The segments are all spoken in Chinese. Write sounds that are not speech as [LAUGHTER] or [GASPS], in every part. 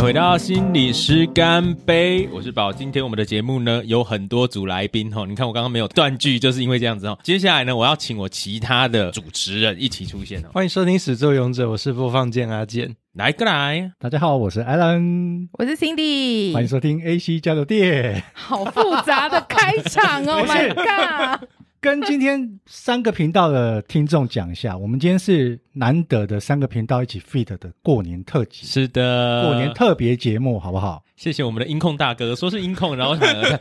回到心理师干杯，我是宝。今天我们的节目呢有很多组来宾哦，你看我刚刚没有断句，就是因为这样子哦。接下来呢，我要请我其他的主持人一起出现哦。欢迎收听《始作俑者》，我是播放键阿健。来个来，大家好，我是 Alan，我是 Cindy，欢迎收听 AC 交流店。好复杂的开场 [LAUGHS] 哦，My God！跟今天三个频道的听众讲一下，我们今天是难得的三个频道一起 fit 的过年特辑，是呃的，过年特别节目，好不好？谢谢我们的音控大哥，说是音控，然后反 [LAUGHS] 而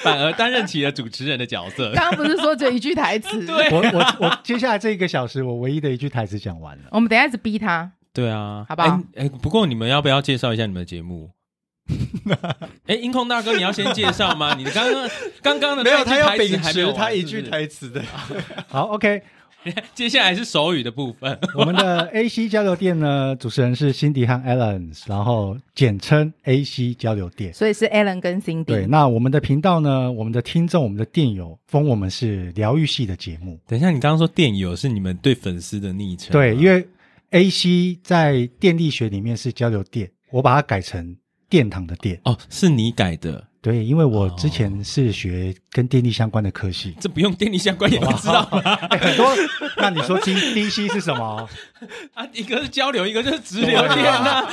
反而担任起了主持人的角色。刚刚不是说只有一句台词？对我我我接下来这一个小时，我唯一的一句台词讲完了。我们等一下一直逼他，对啊，好不好哎、哎不过你们要不要介绍一下你们的节 [LAUGHS] 目？哎、音控大哥，你要先介绍吗？你刚刚刚刚的没那有，一句他要台词秉还没有持完他一是句不是台词的。 [LAUGHS] 好，OK， [LAUGHS] 接下来是手语的部分。我们的 AC 交流店呢，主持人是辛迪和 Alan，然后简称 AC 交流店。所以是 Alan 跟对，嗯 Cindy。那我们的频道呢，我们的听众、我们的店友封我们是疗愈系的节目。等一下，你刚刚说电友是你们对粉丝的昵称吗，对，因为 A C 在电力学里面是交流电，我把它改成殿堂的殿。哦，是你改的，。对，因为我之前是学跟电力相关的科系这不用电力相关也能知 [LAUGHS] 道吧？ [LAUGHS] 哎很多，那你说 D D C 是什么？啊，一个是交流，一个就是直流电啊。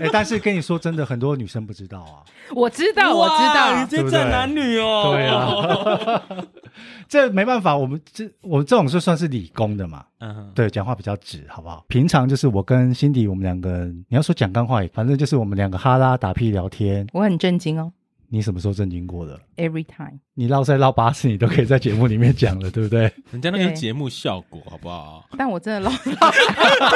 哎，但是跟你说真的，很多女生不知道啊。我知道，我知哇道你，这站男女哦。对啊， [LAUGHS] 这没办法，我们这我们这种是算是理工的嘛。嗯，对，讲话比较直，好不好？平常就是我跟辛迪，我们两个人，你要说讲干话也，反正就是我们两个哈拉打屁聊天。我很震惊哦。你什么时候震惊过的？ Every time，你绕赛绕八次，你都可以在节目里面讲了，对不对？ [LAUGHS] 人家那个是对节目效果好不好？但我真的老， [LAUGHS]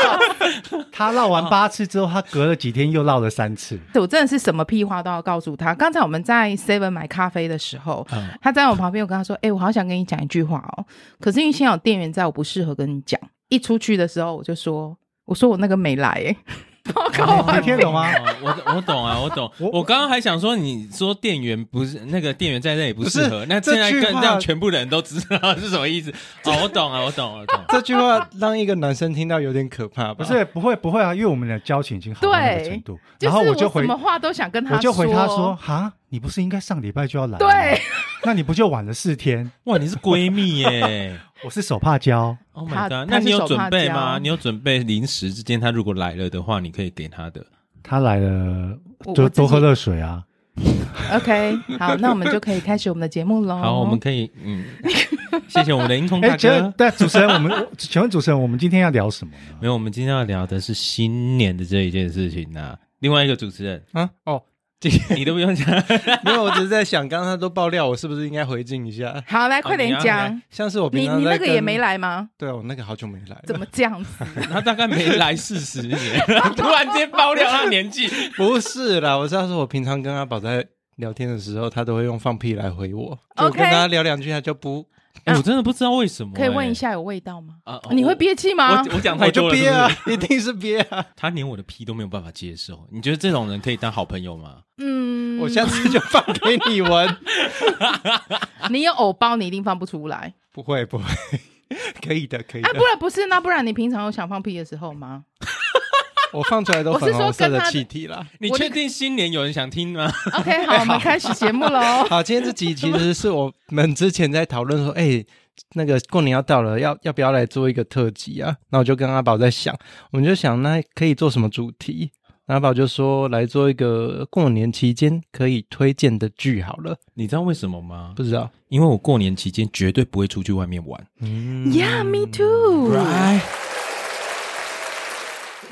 他绕完八次之后，他隔了几天又绕了三次。我真的是什么屁话都要告诉他。刚才我们在 Seven 买咖啡的时候，嗯他站在我旁边，我跟他说：“哎、我好想跟你讲一句话哦，可是因为现在有店员在，我不适合跟你讲。”一出去的时候，我就说：“我说我那个没来、欸，报告你啊完听得懂吗？哦我我懂啊，我懂。我我刚刚还想说，你说店员不是那个店员在那里不适不合，是那现在这句更话让全部人都知道是什么意 [LAUGHS] 思。哦，我懂啊，我懂，我懂。这句话让一个男生听到有点可怕吧？不，是，不会，不会啊，因为我们的交情已经好到那个程度。就然后是就什回，么我话都想跟他就回他说：“哈，你不是应该上礼拜就要来？对，那你不就晚了四天？ [LAUGHS] 哇，你是闺蜜耶我是手帕胶， ！Oh my 他 god，那他是你有手准帕备胶吗？你有准备零食之间，他如果来了的话，你可以给他的。他来了我就我自多己喝热水啊。 ：“OK，好，那我们就可以开始我们的节目喽。”好，我们可以，嗯， [LAUGHS] 谢谢我们的音控哎，大请问 [LAUGHS] 哥。对主持人，我们 [LAUGHS] 我请问主持人，我们今天要聊什么呢？没有，我们今天要聊的是新年的这一件事情呐。另外一个主持人，啊，哦， [LAUGHS] 你都不用讲，没有，我只是在想，刚刚他都爆料，我是不是应该回敬一下？好来，好快点你要讲。像是我平你常你在那个也啊跟没，来 [LAUGHS] 吗？对啊我那个好久没来了，怎么这样子？他大概没来四十年， [LAUGHS] 突然间爆料他年纪。不是啦，我是要说，我平常跟阿宝在聊天的时候，他都会用放屁来回我。就我 OK 跟他聊两句，他就不， [LAUGHS] 哎我真的不知道为什么，可以问一哎下有味道吗？啊你会？憋气吗我？我我讲我太就多了，憋是不啊是， [LAUGHS] 一定是憋啊。他连我的屁都没有办法接受。你觉得这种人可以当好朋友吗？嗯，我下次就放给你闻， [LAUGHS] [LAUGHS] 你有藕包，你一定放不出来不会 [LAUGHS] 不会，可以的可以啊！的不，然不是，那不然你平常有想放屁的时候吗？我放出来都我是粉说红色跟的他气体啦。你我确定新年有人想听吗？ OK，好，我们开始节目喽。 [LAUGHS] 好，今天这集其实是我们之前在讨论说，哎、那个过年要到了，要要不要来做一个特辑啊？那我就跟阿宝在想，我们就想那可以做什么主题？那阿宝就说来做一个过年期间可以推荐的剧好了，你知道为什么吗不？知道，因为我过年期间绝对不会出去外面玩。[LAUGHS] 嗯 Yeah, me too。Mm,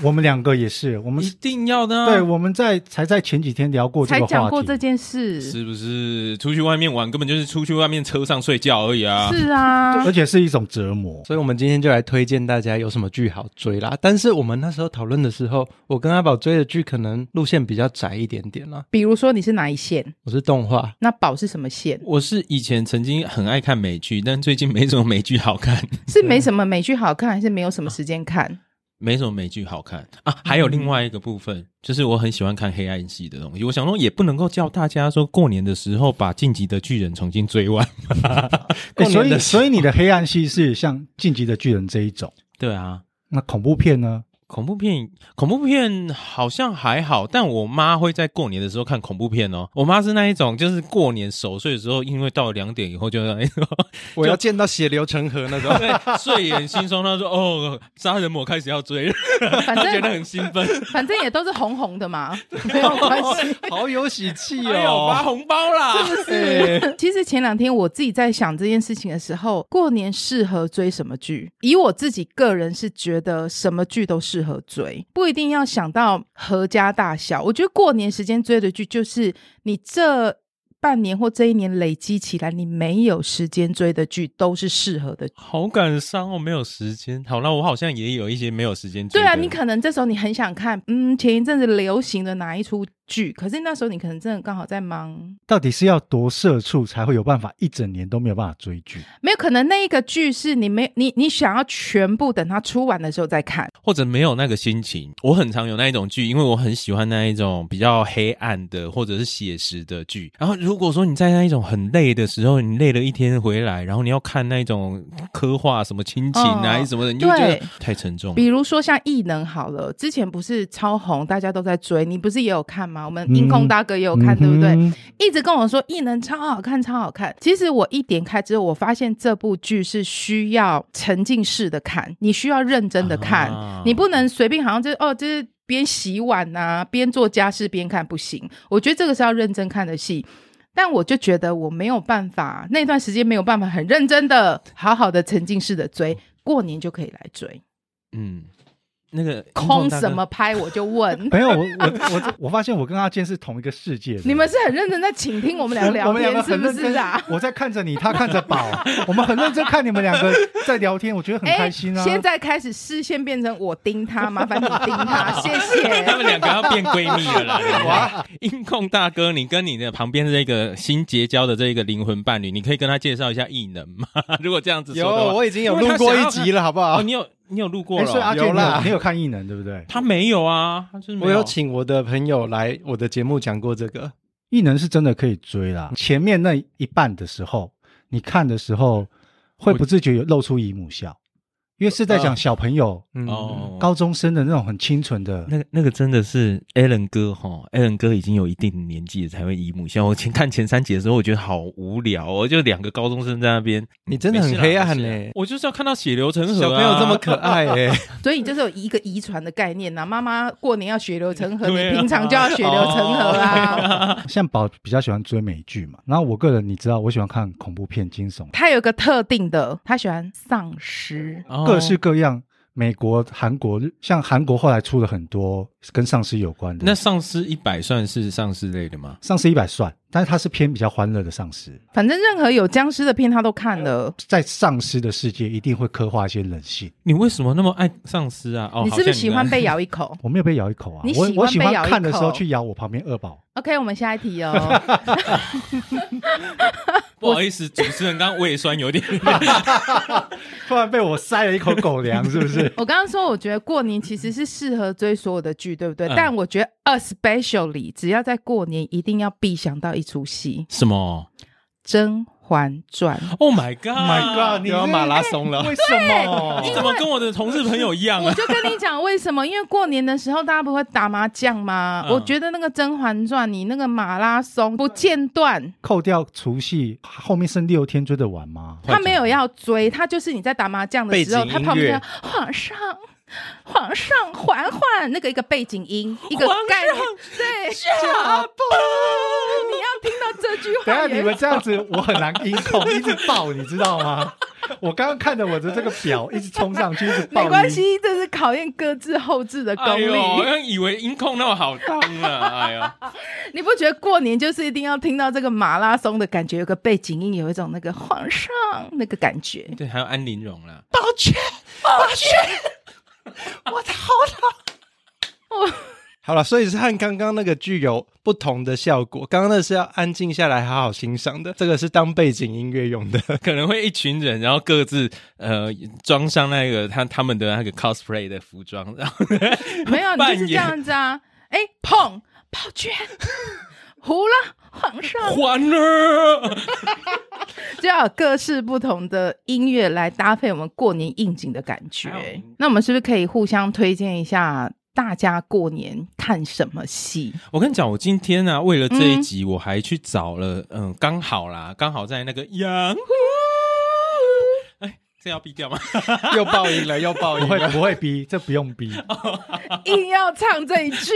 我们两个也是，我们一定要的、啊，对，我们在才在前几天聊过这嗯才个话题，讲过这件事，是不是出去外面玩根本就是出去外面车上睡觉而已啊？是啊而，且是一种折磨。所以我们今天就来推荐大家有什么剧好追啦。但是我们那时候讨论的时候，我跟阿宝追的剧可能路线比较窄一点点啦。比如说你是哪一线，我是动画，那宝是什么线？我是以前曾经很爱看美剧，但最近没什么美剧好看， [LAUGHS] 是没什么美剧好看，还是没有什么时间看？没什么美剧好看啊。还有另外一个部分，就是我很喜欢看黑暗系的东西。我想说，也不能够叫大家说过年的时候把《晋级的巨人》重新追完。哎过所年以的时候所以你的黑暗系是像《晋级的巨人》这一种，对啊，那恐怖片呢？恐怖片，恐怖片好像还好，但我妈会在过年的时候看恐怖片哦。我妈是那一种，就是过年守岁的时候，因为到两点以后就那一种，我要见到血流成河那种。对， [LAUGHS] 睡眼惺忪。她说：“哦，杀人魔开始要追 [LAUGHS] 了。”反她觉得正很兴奋。反正也都是红红的 [LAUGHS] 哎嘛，没有关系。 [LAUGHS] 好有喜气 [LAUGHS] [LAUGHS] 哎呦，发哦！红包啦！是，其实前两天我自己在想这件事情的时候，过年适合追什么剧？以我自己个人是觉得什么剧都适合追，不一定要想到合家大小。我觉得过年时间追的剧，就是你这半年或这一年累积起来，你没有时间追的剧，都是适合的。好感伤哦，没有时间。好，那我好像也有一些没有时间追对的。啊，你可能这时候你很想看，嗯，前一阵子流行的哪一出剧，可是那时候你可能真的刚好在忙到底是要多社畜才会有办法一整年都没有办法追剧？没有可能，那一个剧是你没你你想要全部等它出完的时候再看，或者没有那个心情。我很常有那一种剧，因为我很喜欢那一种比较黑暗的或者是写实的剧。然后如果说你在那一种很累的时候，你累了一天回来，然后你要看那一种刻画什么亲情啊、哦什么的，你就觉得对太沉重了。比如说像《异能》好了，之前不是超红，大家都在追，你不是也有看吗？我们嗯音控大哥也有看，对不对？嗯哼？一直跟我说《异能》超好看，超好看。其实我一点开之后，我发现这部剧是需要沉浸式的看，你需要认真的看，啊你不能随便好像就是哦，就是边洗碗呐、边做家事边看不行。我觉得这个是要认真看的戏。但我就觉得我没有办法，那段时间没有办法很认真的、好好的沉浸式的追，过年就可以来追，嗯，那个空 [LAUGHS] 什么？拍我就 [LAUGHS]。问没有，我我我我发现我跟阿健是同一个世界的。你们是很认真在倾听我们俩聊我们两天，个是很不认是真啊？我在看着你，他看着宝，我们很认真看你们两个在聊天，我觉得很开心啊。哎现在开始视线变成我盯他，麻烦你盯 [LAUGHS] 他，谢谢。他们两个要变闺蜜了啦！哇，音控大哥，你跟你的旁边这个新结交的这个灵魂伴侣，你可以跟他介绍一下异能吗？ [LAUGHS] 如果这样子说有，的话我已经有录过一集 [LAUGHS] 了，好不哦，好？你有你有录过哎，了所以哦？阿健，有你啦有你有看异能对不对？他没有啊，他就是没我有请我的朋友来我的节目讲过这个，异能是真的可以追啦。前面那一半的时候，你看的时候会不自觉有露出姨母笑，因为是在讲小朋友、嗯，呃哦，高中生的那种很清纯 [LAUGHS] 的。那个那个真的是 Alan 哥哈，Alan 哥已经有一定年纪了才会姨母笑。我前看前三集的时候，我觉得好无聊哦，就两个高中生在那边，你真的很没事啦黑暗没事啦欸我就是要看到血流成河、啊，小朋友这么可爱 [LAUGHS] 哎，所以你就是有一个遗传的概念啊呐、妈妈过年要血流成河，对啊哦你平常就要血流成河啊。像宝比较喜欢追美剧嘛，然后我个人你知道，我喜欢看恐怖片、惊悚， [LAUGHS] 他有一个特定的，他喜欢丧尸。哦各式各样。美国、韩国，日像韩国后来出了很多跟丧尸有关的。那丧尸一百算是丧尸类的吗？丧尸一百算，但是它是偏比较欢乐的丧尸，反正任何有僵尸的片他都看了。在丧尸的世界一定会刻画一些人性。你为什么那么爱丧尸啊？哦，你是不是好像喜欢那被咬一口 [LAUGHS] 我没有被咬一口啊你，喜我欢我喜被欢咬一看的时候口去咬我旁边二宝， ？OK，我们下一 [LAUGHS] 题哦。不好意思，主持人刚刚胃酸有 [LAUGHS] 点突然被我塞了一口狗粮，是不 [LAUGHS] 是？我刚刚说，我觉得过年其实是适合追所有的剧，对不对？嗯但我觉得 especially 只要在过年，一定要必想到一出戏什么《甄嬛传》。 ？Oh my 啊 god！My 又要马拉松了，哎为什么？你怎么跟我的同事朋友一样我啊？就跟你讲为什么，因为过年的时候大家不会打麻将吗？嗯我觉得那个《甄嬛传》，你那个马拉松不间断，扣掉除夕，后面剩六天追得完吗？快他讲没有要追，他就是你在打麻将的时候，背景他音乐旁边就皇上。皇上，缓缓，那个一个背景音，一个概念，对，你要听到这句等一话下也，你们这样子，我很难音控，一直爆，你知道 [LAUGHS] 吗？我刚刚看着我的这个表一直冲上去，一直爆。没关，系，这是考验各自后置的功哎力。呦，我刚以为音控那么好当 [LAUGHS] 啊！哎呀，你不觉得过年就是一定要听到这个马拉松的感觉，有个背景音，有一种那个皇上那个感觉。对，还有安陵容啦。 [LAUGHS] 好了，所以是和刚刚那个具有不同的效果。刚刚那是要安静下来好好欣赏的，这个是当背景音乐用的。可能会一群人，然后各自呃装上那个他他们的那个 cosplay 的服 [LAUGHS] 装，然后没有，你扮就是这演样子啊！哎，碰，抱拳， [LAUGHS] 胡了，皇上 [LAUGHS] 还了，就要有各式不同的音乐来搭配我们过年应景的感觉。那我们是不是可以互相推荐一下大家过年看什么戏？我跟你讲，我今天呢、啊，为了这一集，我还去找了，嗯，刚好啦，刚好在那个羊，哎，这要毙掉吗？ [LAUGHS] 又爆音了，又爆不音会了。不会逼，这不用逼。硬要唱这一句，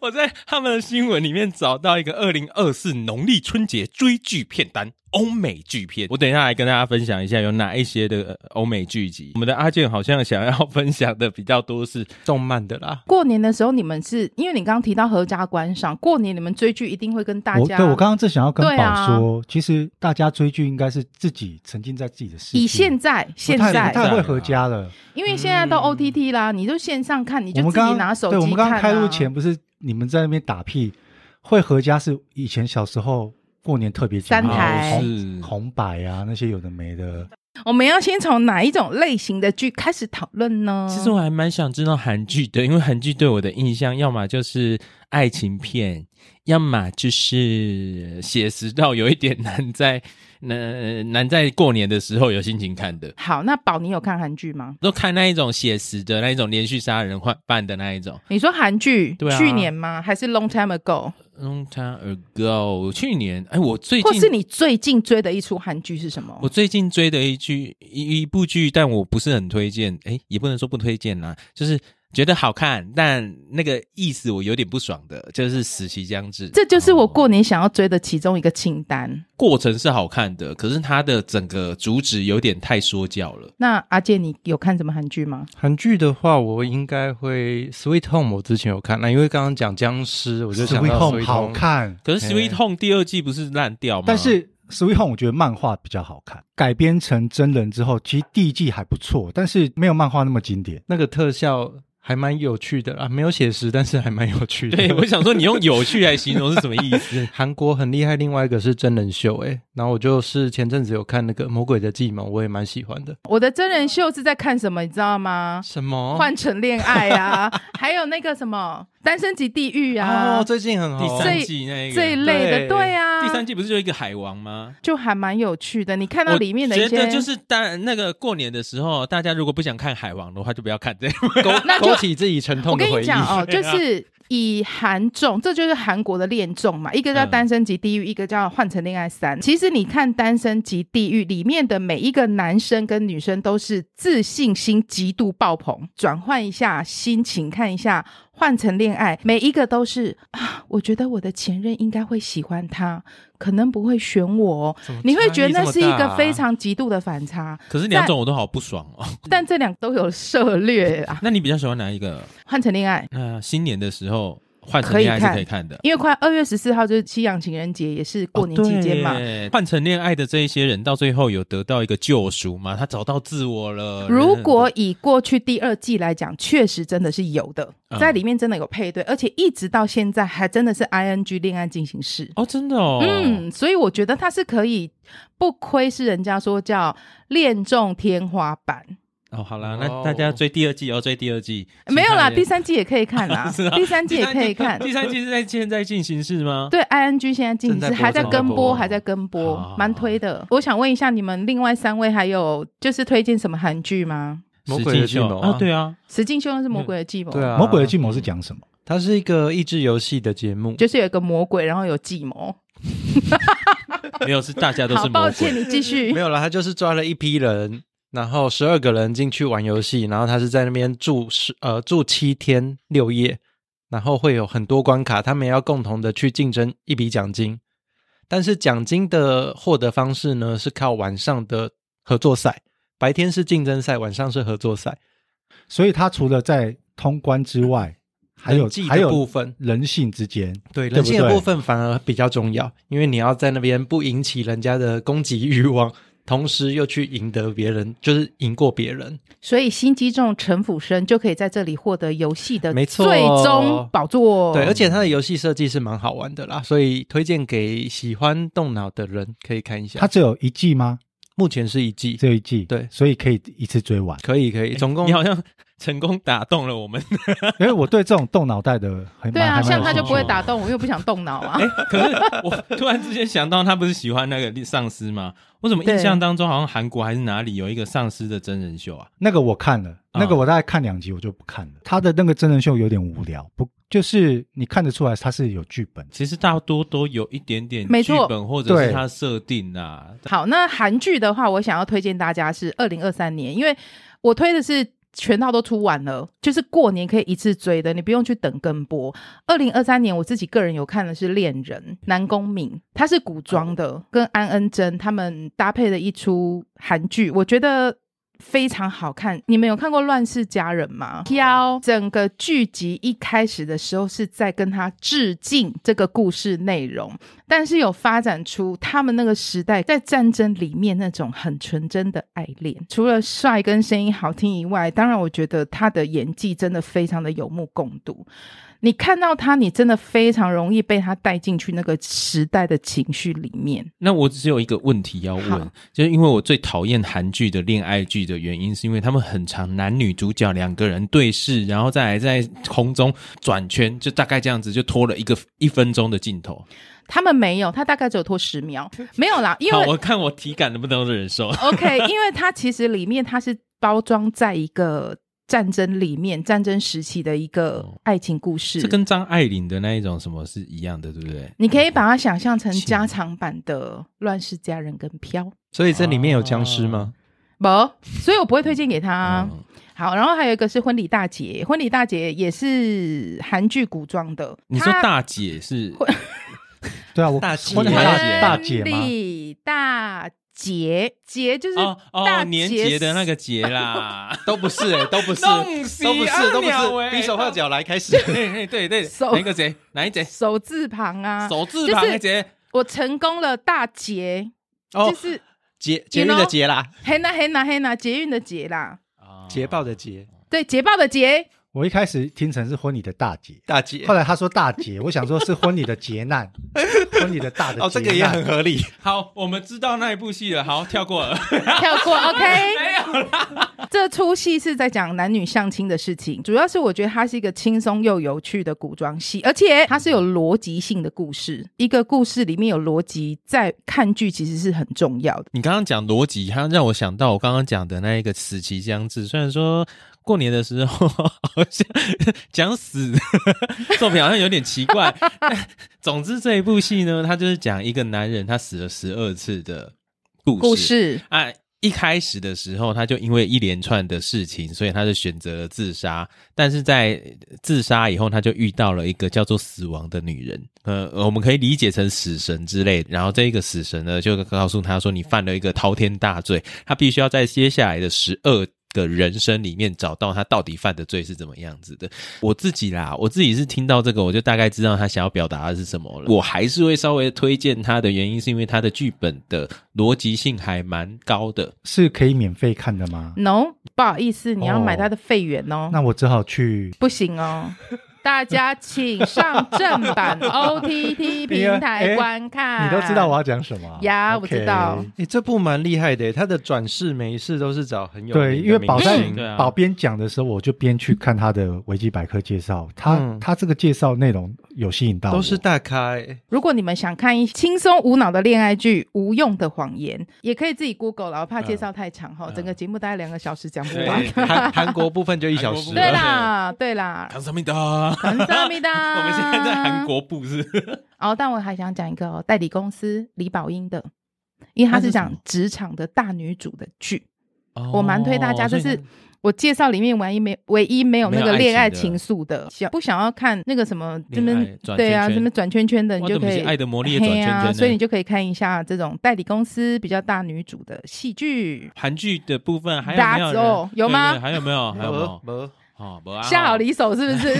我在他们的新闻里面找到一个二零二四农历春节追剧片单。欧美剧片，我等一下来跟大家分享一下有哪一些的呃欧美剧集。我们的阿健好像想要分享的比较多是动漫的啦，过年的时候你们是因为你刚刚提到合家观赏，过年你们追剧一定会跟大我家对我刚刚正想要跟对宝啊说，其实大家追剧应该是自己沉浸在自己的世界，以现在不现太不在，太会合家了。因为现在到 OTT 啦，你就线上看，你我就们自刚刚己拿手机看、啊。对，我们刚刚开录前不是你们在那边打屁，会合家是以前小时候过年特别节目三哦红台哦是红白啊那些有的没的，我们要先从哪一种类型的剧开始讨论呢？其实我还蛮想知道韩剧的，因为韩剧对我的印象，要么就是爱情片，要么就是写实到有一点难在难难在过年的时候有心情看的。好，那宝，你有看韩剧吗？都看那一种写实的那一种连续杀人犯犯的那一种。你说韩剧、对啊去年吗？还是 long time ago？ Long time ago，去年哎，我最或近是你最近追的一出韩剧是什么？我最近追的一剧一一部剧，但我不是很推荐，哎，也不能说不推荐啦，就是觉得好看，但那个意思我有点不爽的，就是《死期将至》。哦这就是我过年想要追的其中一个清单。过程是好看的，可是它的整个主旨有点太说教了。那阿健，你有看什么韩剧吗？韩剧的话，我应该会《Sweet Home》，我之前有看，那因为刚刚讲僵尸，我就想，Sweet 到《 Home Sweet 好 Home》。看，可是《哎 Sweet Home》第二季不是烂掉吗？但是。Sweet Home 我觉得漫画比较好看，改编成真人之后，其实第一季还不错，但是没有漫画那么经典。那个特效还蛮有趣的啊，没有写实，但是还蛮有趣的。对，我想说你用有趣来形容是什么意 [LAUGHS] 思？ [LAUGHS] 韩国很厉害，另外一个是真人秀，哎，然后我就是前阵子有看那个《魔鬼的计谋》，我也蛮喜欢的。我的真人秀是在看什么？你知道吗？什么？换乘恋爱啊， [LAUGHS] 还有那个什么《单身级地狱》啊，哦，最近很第好。三季那一这一个，类的，对对啊，第三季不是就一个海王吗？就还蛮有趣的。你看到我里面的一觉些，得就是当那个过年的时候，大家如果不想看海王的话，就不要看 [LAUGHS] 这部。勾那就勾起自己沉我痛的跟回你忆。讲 [LAUGHS] 哦，对就啊是以韩综，这就是韩国的恋综嘛，一个叫《嗯单身级地狱》，一个叫《换成恋爱三》。其实你看《单身级地狱》里面的每一个男生跟女生都是自信心极度爆棚，转换一下心情，看一下。换成恋爱，每一个都是啊，我觉得我的前任应该会喜欢他，可能不会选我、哦。怎么你会差异觉得这那么是一大个啊非常极度的反差，可是两种我都好不爽哦。但这两都有涉略啊。那你比较喜欢哪一个？换成恋爱，那新年的时候换成可以恋爱是看可以看的。因为快二月十四号就是西洋情人节，也是过年期间嘛。哦对换成恋爱的这一些人，到最后有得到一个救赎吗？他找到自我了。如人果以过去第二季来讲，确实真的是有的，嗯在里面真的有配对，而且一直到现在还真的是 ING 恋爱进行式。哦，真的哦，嗯，所以我觉得它是可以不亏是人家说叫恋中天花板，哦，好啦，哇那哦大家追第二季哦，追第二季没有啦，第三三季也可以看啦， [LAUGHS] 是啊第三季也可以看。第三季是在现在进行式吗？ [LAUGHS] 对，ING 现在进行正在是播还在正在跟播，播哦还在跟播好，蛮推的。我想问一下，你们另外三位还有就是推荐什么韩剧吗？魔实鬼的境计秀谋啊，对啊，石进秀那是魔鬼的计谋，对啊，魔鬼的计谋是讲什么？它是一个益智游戏的节目，就是有一个魔鬼，然后有计谋。没有是大家都是好，抱魔歉，鬼。你继续 [LAUGHS] 没。有啦，他就是抓了一批人，然后十二个人进去玩游戏，然后他是在那边住十呃住七天六夜，然后会有很多关卡，他们也要共同的去竞争一笔奖金，但是奖金的获得方式呢是靠晚上的合作赛，白天是竞争赛，晚上是合作赛，所以他除了在通关之外，还有人际的还有部分人性之间，对对人不性的对部分反而比较重要，因为你要在那边不引起人家的攻击欲望，同时又去赢得别人，就是赢过别人。所以心机重城府深就可以在这里获得游戏的没错最终宝座。对，而且它的游戏设计是蛮好玩的啦，所以推荐给喜欢动脑的人可以看一下。他只有一季吗？目前是一季，只有一季，对所以可以一次追完。可以可以，总共你好像 [LAUGHS] 成功打动了我们。 [LAUGHS] 因为我对这种动脑袋的很对蛮啊，还蛮像有他就兴不会趣的打动我，因为我不想动脑啊。可是我突然之间想到，他不是喜欢那个丧尸吗？我怎么印象当中好像韩国还是哪里有一个丧尸的真人秀啊？那个我看了，啊那个我大概看两集我就不看了。他的那个真人秀有点无聊，不就是你看得出来他是有剧本的。其实大多都有一点点没剧错本或者是对它设定啊。好，那韩剧的话，我想要推荐大家是二零二三年，因为我推的是。全套都出完了，就是过年可以一次追的，你不用去等跟播。二零二三年我自己个人有看的是《恋人》，南宫珉，他是古装的，跟安恩珍他们搭配的一出韩剧，我觉得非常好看。你们有看过《乱世佳人》吗？飘，整个剧集一开始的时候是在跟他致敬这个故事内容，但是有发展出他们那个时代在战争里面那种很纯真的爱恋。除了帅跟声音好听以外，当然我觉得他的演技真的非常的有目共睹。你看到他，你真的非常容易被他带进去那个时代的情绪里面。那我只有一个问题要问好，就是因为我最讨厌韩剧的恋爱剧的原因，是因为他们很常男女主角两个人对视，然后再来在空中转圈，就大概这样子就拖了一个一分钟的镜头。他们没有，他大概只有拖十秒，没有啦，因好，为我看我体感能不能忍受。 [LAUGHS] OK，因为它其实里面它是包装在一个战争里面，战争时期的一个爱情故事。这跟张爱玲的那一种什么是一样的，对不对？你可以把它想象成加长版的《乱世佳人》跟《飘》，所以这里面有僵尸吗？不，所以我不会推荐给他、嗯好，然后还有一个是《婚礼大姐》，《婚礼大姐》也是韩剧古装的。你说它大姐是对啊，我大姐我婚大礼姐大姐婚吗？礼大姐姐就是哦哦大年姐节的那个节啦。都不是、欸，都不是，弄死都不阿是，都不鸟欸是，比手画脚 [LAUGHS] 来开始。嘿嘿对对，手哪一个节？哪一节？手字旁啊，手字旁就是的节。我成功了，大姐。哦就，是捷捷运的捷啦，黑娜黑娜黑娜捷运的捷啦，哦捷报的捷，对捷报的捷，我一开始听成是婚礼的大姐，大捷后。来他说大姐，我想说是婚礼的劫 [LAUGHS] 难，婚礼的大的哦，劫这个也难很合理。好，我们知道那一部戏了，好，跳过了。跳 [LAUGHS] 过 OK。这出戏是在讲男女相亲的事情，主要是我觉得它是一个轻松又有趣的古装戏，而且它是有逻辑性的故事。一个故事里面有逻辑，在看剧其实是很重要的。你刚刚讲逻辑，它让我想到我刚刚讲的那一个死期将至。虽然说过年的时候 [LAUGHS] 好像讲死作品好像有点奇怪，但总之这一部戏呢，它就是讲一个男人他死了十二次的故事。故事啊，一开始的时候，他就因为一连串的事情，所以他就选择了自杀。但是在自杀以后，他就遇到了一个叫做死亡的女人，呃，我们可以理解成死神之类的。然后这一个死神呢，就告诉他说：“你犯了一个滔天大罪，他必须要在接下来的十二。”个人生里面找到他到底犯的罪是怎么样子的。我自己啦，我自己是听到这个，我就大概知道他想要表达的是什么了。我还是会稍微推荐他的原因，是因为他的剧本的逻辑性还蛮高的。是可以免费看的吗？ ，no，不好意思，你要买哦它的费源哦，那我只好去不行哦。大家请上正 [LAUGHS] 版 OTT 平台观看。你都知道我要讲什么啊啊呀 OK 我知道哎、这部蛮厉害的欸，他的转世每一世都是找很有名的对，因为宝明在星对啊宝边讲的时候，我就边去看他的维基百科介绍，他、嗯他这个介绍内容有吸引到我都是大咖、欸，如果你们想看一轻松无脑的恋爱剧《无用的谎言》，也可以自己 Google 了，我怕介绍太长哈、整个节目大概两个小时讲不完。嗯 [LAUGHS] 对韩韩国部分就一小韩时国部分对了。啦，对啦，唐三米达， [LAUGHS] 我感谢米达。们现在在韩。国部是不是哦，但我还想讲一个、哦、代理公司李宝英的，因为它是讲职场的大女主的剧，我蛮推大家，哦就所以是。我介绍里面唯一没唯一没有那个恋没爱有爱情情的愫的，想不想要看那个什么这恋爱边转对圈啊，圈这边转圈圈的，你哇就这不可是以爱的魔力的转圈圈嘿啊呢所以你就可以看一下这种代理公司比较大女主的戏剧。韩剧的部分还有没有 That's all，人？有吗呃对对还有没有？还有没有？没哦，没啊下好。离手是不 [LAUGHS] 是？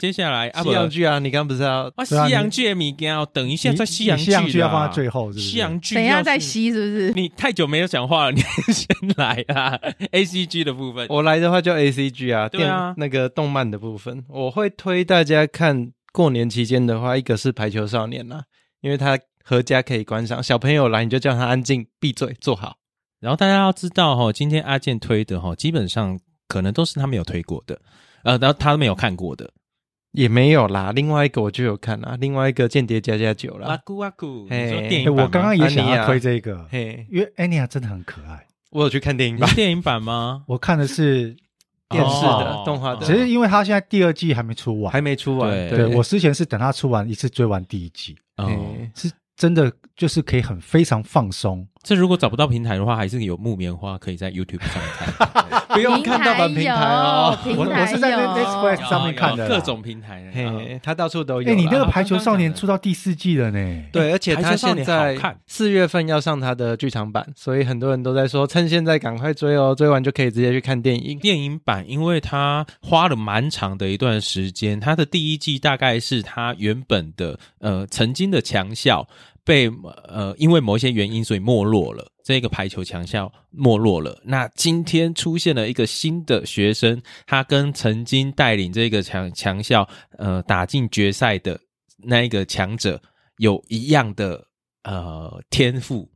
接下来啊西不，洋剧啊，你刚不是要哇，西对啊洋剧的物件哦，等一下你在西洋你西洋剧剧要放在啦最后是不是西洋剧等一下要再是吸是 [LAUGHS] 不是？你太久没有讲话了，你先来啦。A [LAUGHS] C G 的部分，我来的话就 A C G 啊，对啊电那个动漫的部分，我会推大家看。过年期间的话，一个是排球少年啦、因为他合家可以观赏，小朋友来你就叫他安静闭嘴坐好。然后大家要知道哈、哦，今天阿健推的哈、哦，基本上可能都是他没有推过的，呃，然后他没有看过的。也没有啦。另外一个我就有看啦，另外一个《间谍加加九》啦。古哇古嘿你说电哎影版吗啊我刚刚也想安妮亚要推这个，嘿，因为安妮亚真的很可爱。我有去看电影你 [LAUGHS] 版是，电影版吗？我看的是电视的哦动画的只是因为它现在第二季还没出完，还没出完。对对我之前是等它出完一次追完第一季，哦，嘿是真的就是可以很非常放松。这如果找不到平台的话，还是有木棉花可以在 YouTube 上看，不用看盗版平台哦。平台有我平台我是在有 Netflix [LAUGHS] 上面看的啦各种平台。哦嘿，他到处都有啦。哎，你那个《拍排球少年》出到第四季了呢，对，而且哎排球他少现年在好看四月份要上他的剧场版，所以很多人都在说，趁现在赶快追哦，追完就可以直接去看电影。电影版，因为它花了蛮长的一段时间，它的第一季大概是它原本的呃曾经的强校被呃因为某一些原因所以没落了，这个排球强校没落了。那今天出现了一个新的学生，他跟曾经带领这个强强校呃打进决赛的那一个强者有一样的呃天赋，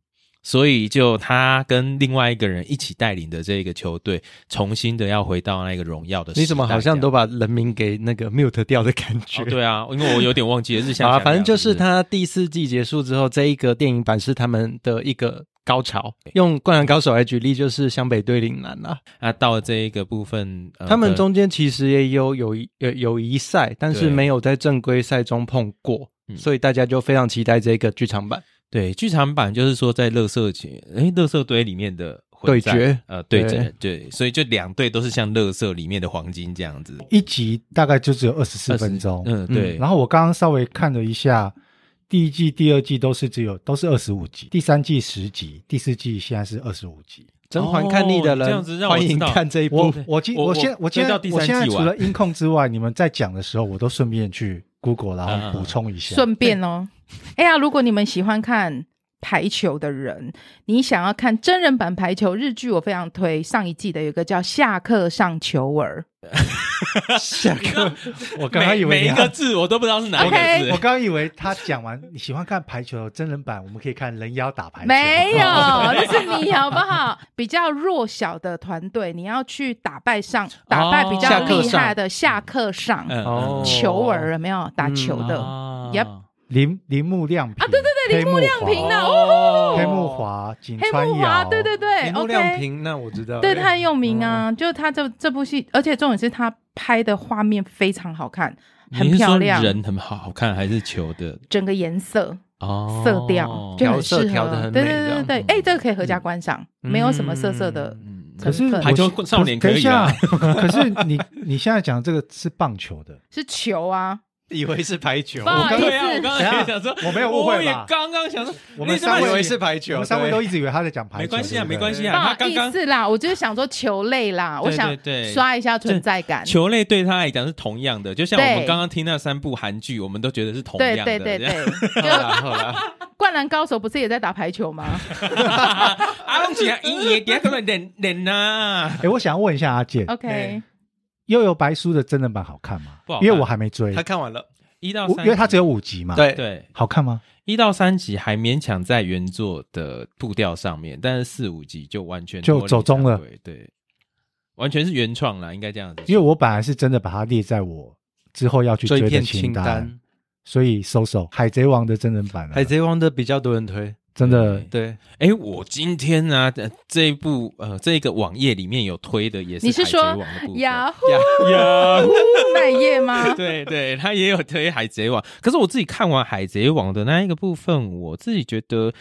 所以就他跟另外一个人一起带领的这个球队，重新的要回到那个荣耀的时代。你怎么好像都哦把人名给那个 mute 掉的感觉？对啊，因为我有点忘记了日向好 [LAUGHS] 啊，翔反正就是亮他第四季结束之后，这一个电影版是他们的一个高潮。用《灌篮高手》来举例，就是湘北对岭南啦。啊，到了这一个部分，呃他们的中间其实也有友谊友友谊赛，但是对没有在正规赛中碰过，嗯所以大家就非常期待这个剧场版。对剧场版就是说在乐色群，诶，乐色堆里面的混战对决呃，对决，对，所以就两队都是像乐色里面的黄金这样子，一集大概就只有二十四分钟。嗯，对，然后我刚刚稍微看了一下，第一季、第二季都是只有都是二十五集，第三季十集，第四季现在是二十五集。甄嬛看腻的人，哦这样子让我欢知迎道看这一部我。我今我我现我我现追在到第我三季现在除完了音控之外，你们在讲的时候，我都顺便去 Google 嗯然后补充一下。顺便哦，哎呀，如果你们喜欢看排球的人，你想要看真人版排球日剧，我非常推上一季的，有一个叫《下课上球儿下课，我刚刚每以为每你一要个字我都不知道是哪一个 OK 字 [LAUGHS] 我，刚刚以为他讲完，你喜欢看排球真人版，我们可以看人妖打排》，球。哦没 [LAUGHS] 有，那是你好不好？比较弱小的团队，你要去打败上打败比较哦下课厉上害的下课上嗯哦球儿，有没有打球嗯的？啊 Yep 铃铃木亮平啊，对对对，铃木亮平的哦黑木华、井黑川木华，遥，对对对铃木亮，OK，平，嗯那我知道。哎对他很有名啊。就他这这部戏，而且重点是他拍的画面非常好看，很你是说漂亮，人很好好看还是球的整个颜色哦色调就很调适色合，调得很对美对这对样对对，哎，这个可以合家观赏，没有什么色色的嗯成可是分我排球少年可等一以下啊， [LAUGHS] 可是你你现在讲这个是棒球的，是球啊，以为是排球不好意对啊，我刚刚也思，想说，我没有误会吧我也刚刚想说，我你们怎么三位以为是排球我们三位对都一直以为他在讲排球，没关系啊，对不对没关系不啊，他好刚意刚思啦，我就是想说球类啦，我对想对对刷一下存在感。 [LAUGHS] 球类对他来讲是同样的，就像对我们刚刚听那三部韩剧，我们都觉得是同对样的。对对这样， [LAUGHS] 对，好啦好啦，灌篮高手不是也在打排球吗？ [LAUGHS] 阿啊龙姐赢也给他们忍忍呐。哎，我想问一下阿健，《 OK，幽游白书》的真人版好看吗不好？看因为我还没追他，看完了。一到我三，因为它只有五集嘛。，对，对好看吗？一到三集还勉强在原作的步调上面，但是四五集就完全就走中了脱离常规对，完全是原创啦，应该这样子说。因为我本来是真的把它列在我之后要去追的追片清清单，单，所以搜搜《海贼王》的真人版啊， 《海贼王》的比较多人推。真的对对，哎，我今天呢、呃这一部呃，这个网页里面有推的也是你是说海贼王的部分雅虎呀那一页 [LAUGHS] 吗？对对，他也有推《海贼王》，可是我自己看完《海贼王》的那一个部分，我自己觉得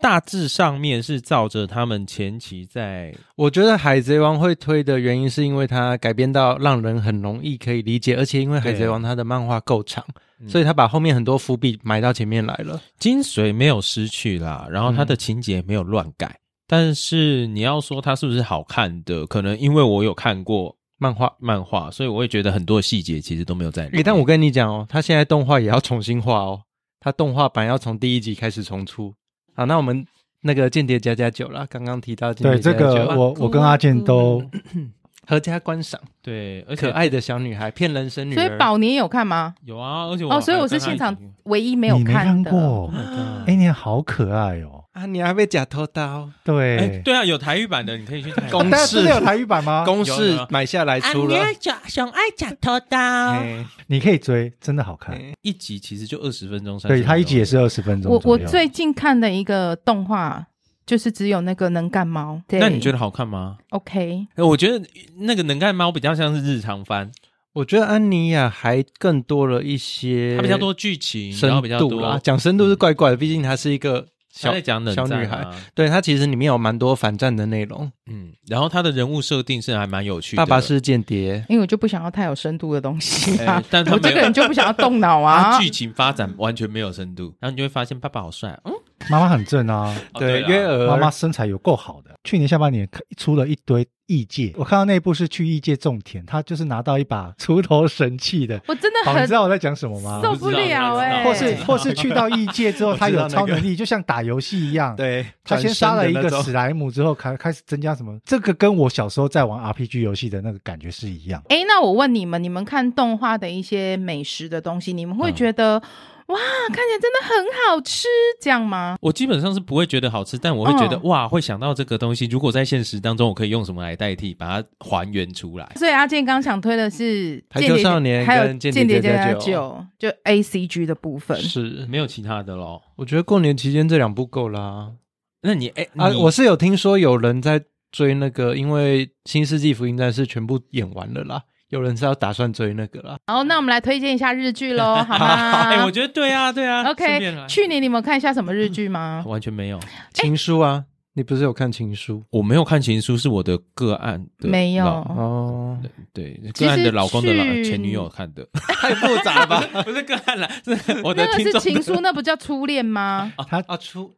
大致上面是照着他们前期在我觉得《海贼王》会推的原因是因为它改编到让人很容易可以理解，而且因为《海贼王》它的漫画够长，嗯所以它把后面很多伏笔埋到前面来了。精髓没有失去啦，然后它的情节没有乱改，但是你要说它是不是好看的，可能因为我有看过漫画，漫画，所以我会觉得很多细节其实都没有在里诶、面。但我跟你讲哦，它现在动画也要重新画哦，它动画版要从第一集开始重出。好，那我们那个《间谍加加九》啦，刚刚提到《间对谍这加加九》个啊我我跟阿健都合家观赏，对，而可且爱的小女孩骗人生女所以儿。宝年有看吗？有啊啊，而且我哦，所以还 [GASPS] 我是跟他现一场起唯一没有嗯你没看哎的。过，哎，你好可爱哦。啊，你还被假偷刀，对，哎，对啊，有台语版的，你可以去台语公版。大家真的有台语版吗？ [LAUGHS] 公啊有式有买下来出了，熊爱假头啊刀哎你可以追，真的好看。哎一集其实就二十分钟，30对，它一集也分是二十分钟我左我右最近看的一个动画就是只有那个能干猫，对钟。那你觉得好看吗？ OK？哎我觉得那个能干猫比较像是日常番，我觉得安妮亚还更多了一些，它比较多剧情，然后深比较度啦多。。讲深度是怪怪的，毕竟她是一个他小在讲冷小战啊女孩，对她其实里面有蛮多反战的内容，嗯，然后他的人物设定是还蛮有趣的。爸爸是间谍，因为我就不想要太有深度的东西哎啊，但他我没这有个人就不想要动脑啊他。剧情发展完全没有深度，然后你就会发现爸爸好帅啊，嗯，妈妈很正啊，哦对啦约尔妈妈身材有够好的。去年下半年出了一堆异界，我看到那一部是去异界种田，他就是拿到一把锄头神器 [LAUGHS] 的。我真的好，你很知道我在讲什么吗？受不了哎、或我是知道或是去到异界之后， [LAUGHS] 我知道他有超那个能力，就像打游戏一样。，对，啊他先杀了一个史死，莱姆之后，开开始增加什么？这个跟我小时候在玩 RPG 游戏的那个感觉是一样。哎，那我问你们，你们看动画的一些美食的东西，你们会觉得、哇，看起来真的很好吃，这样吗？我基本上是不会觉得好吃，但我会觉得、嗯哇，会想到这个东西，如果在现实当中我可以用什么来代替，把它还原出来。所以阿健刚想推的是排球少年还有跟间谍间谍家家酒酒，就 A C G 的部分。 [LAUGHS] 是，没有其他的咯。我觉得过年期间这两部够啦。那你哎、啊，你我是有听说有人在追那个，因为《新世纪福音战士》全部演完了啦，有人是要打算追那个啦。好，那我们来推荐一下日剧喽，好吗？哎、我觉得对啊，对啊。顺便 OK，来去年你们有看一下什么日剧吗？完全没有，情书啊，你不是有看情书我没有看情书，是我的个案的没有老哦？对其实个案的老公的老去前女友看的，太复杂了吧？ [LAUGHS] 不是个案啦，是我的那个听是众情的。书，那不叫初恋吗？他 [LAUGHS] 啊，初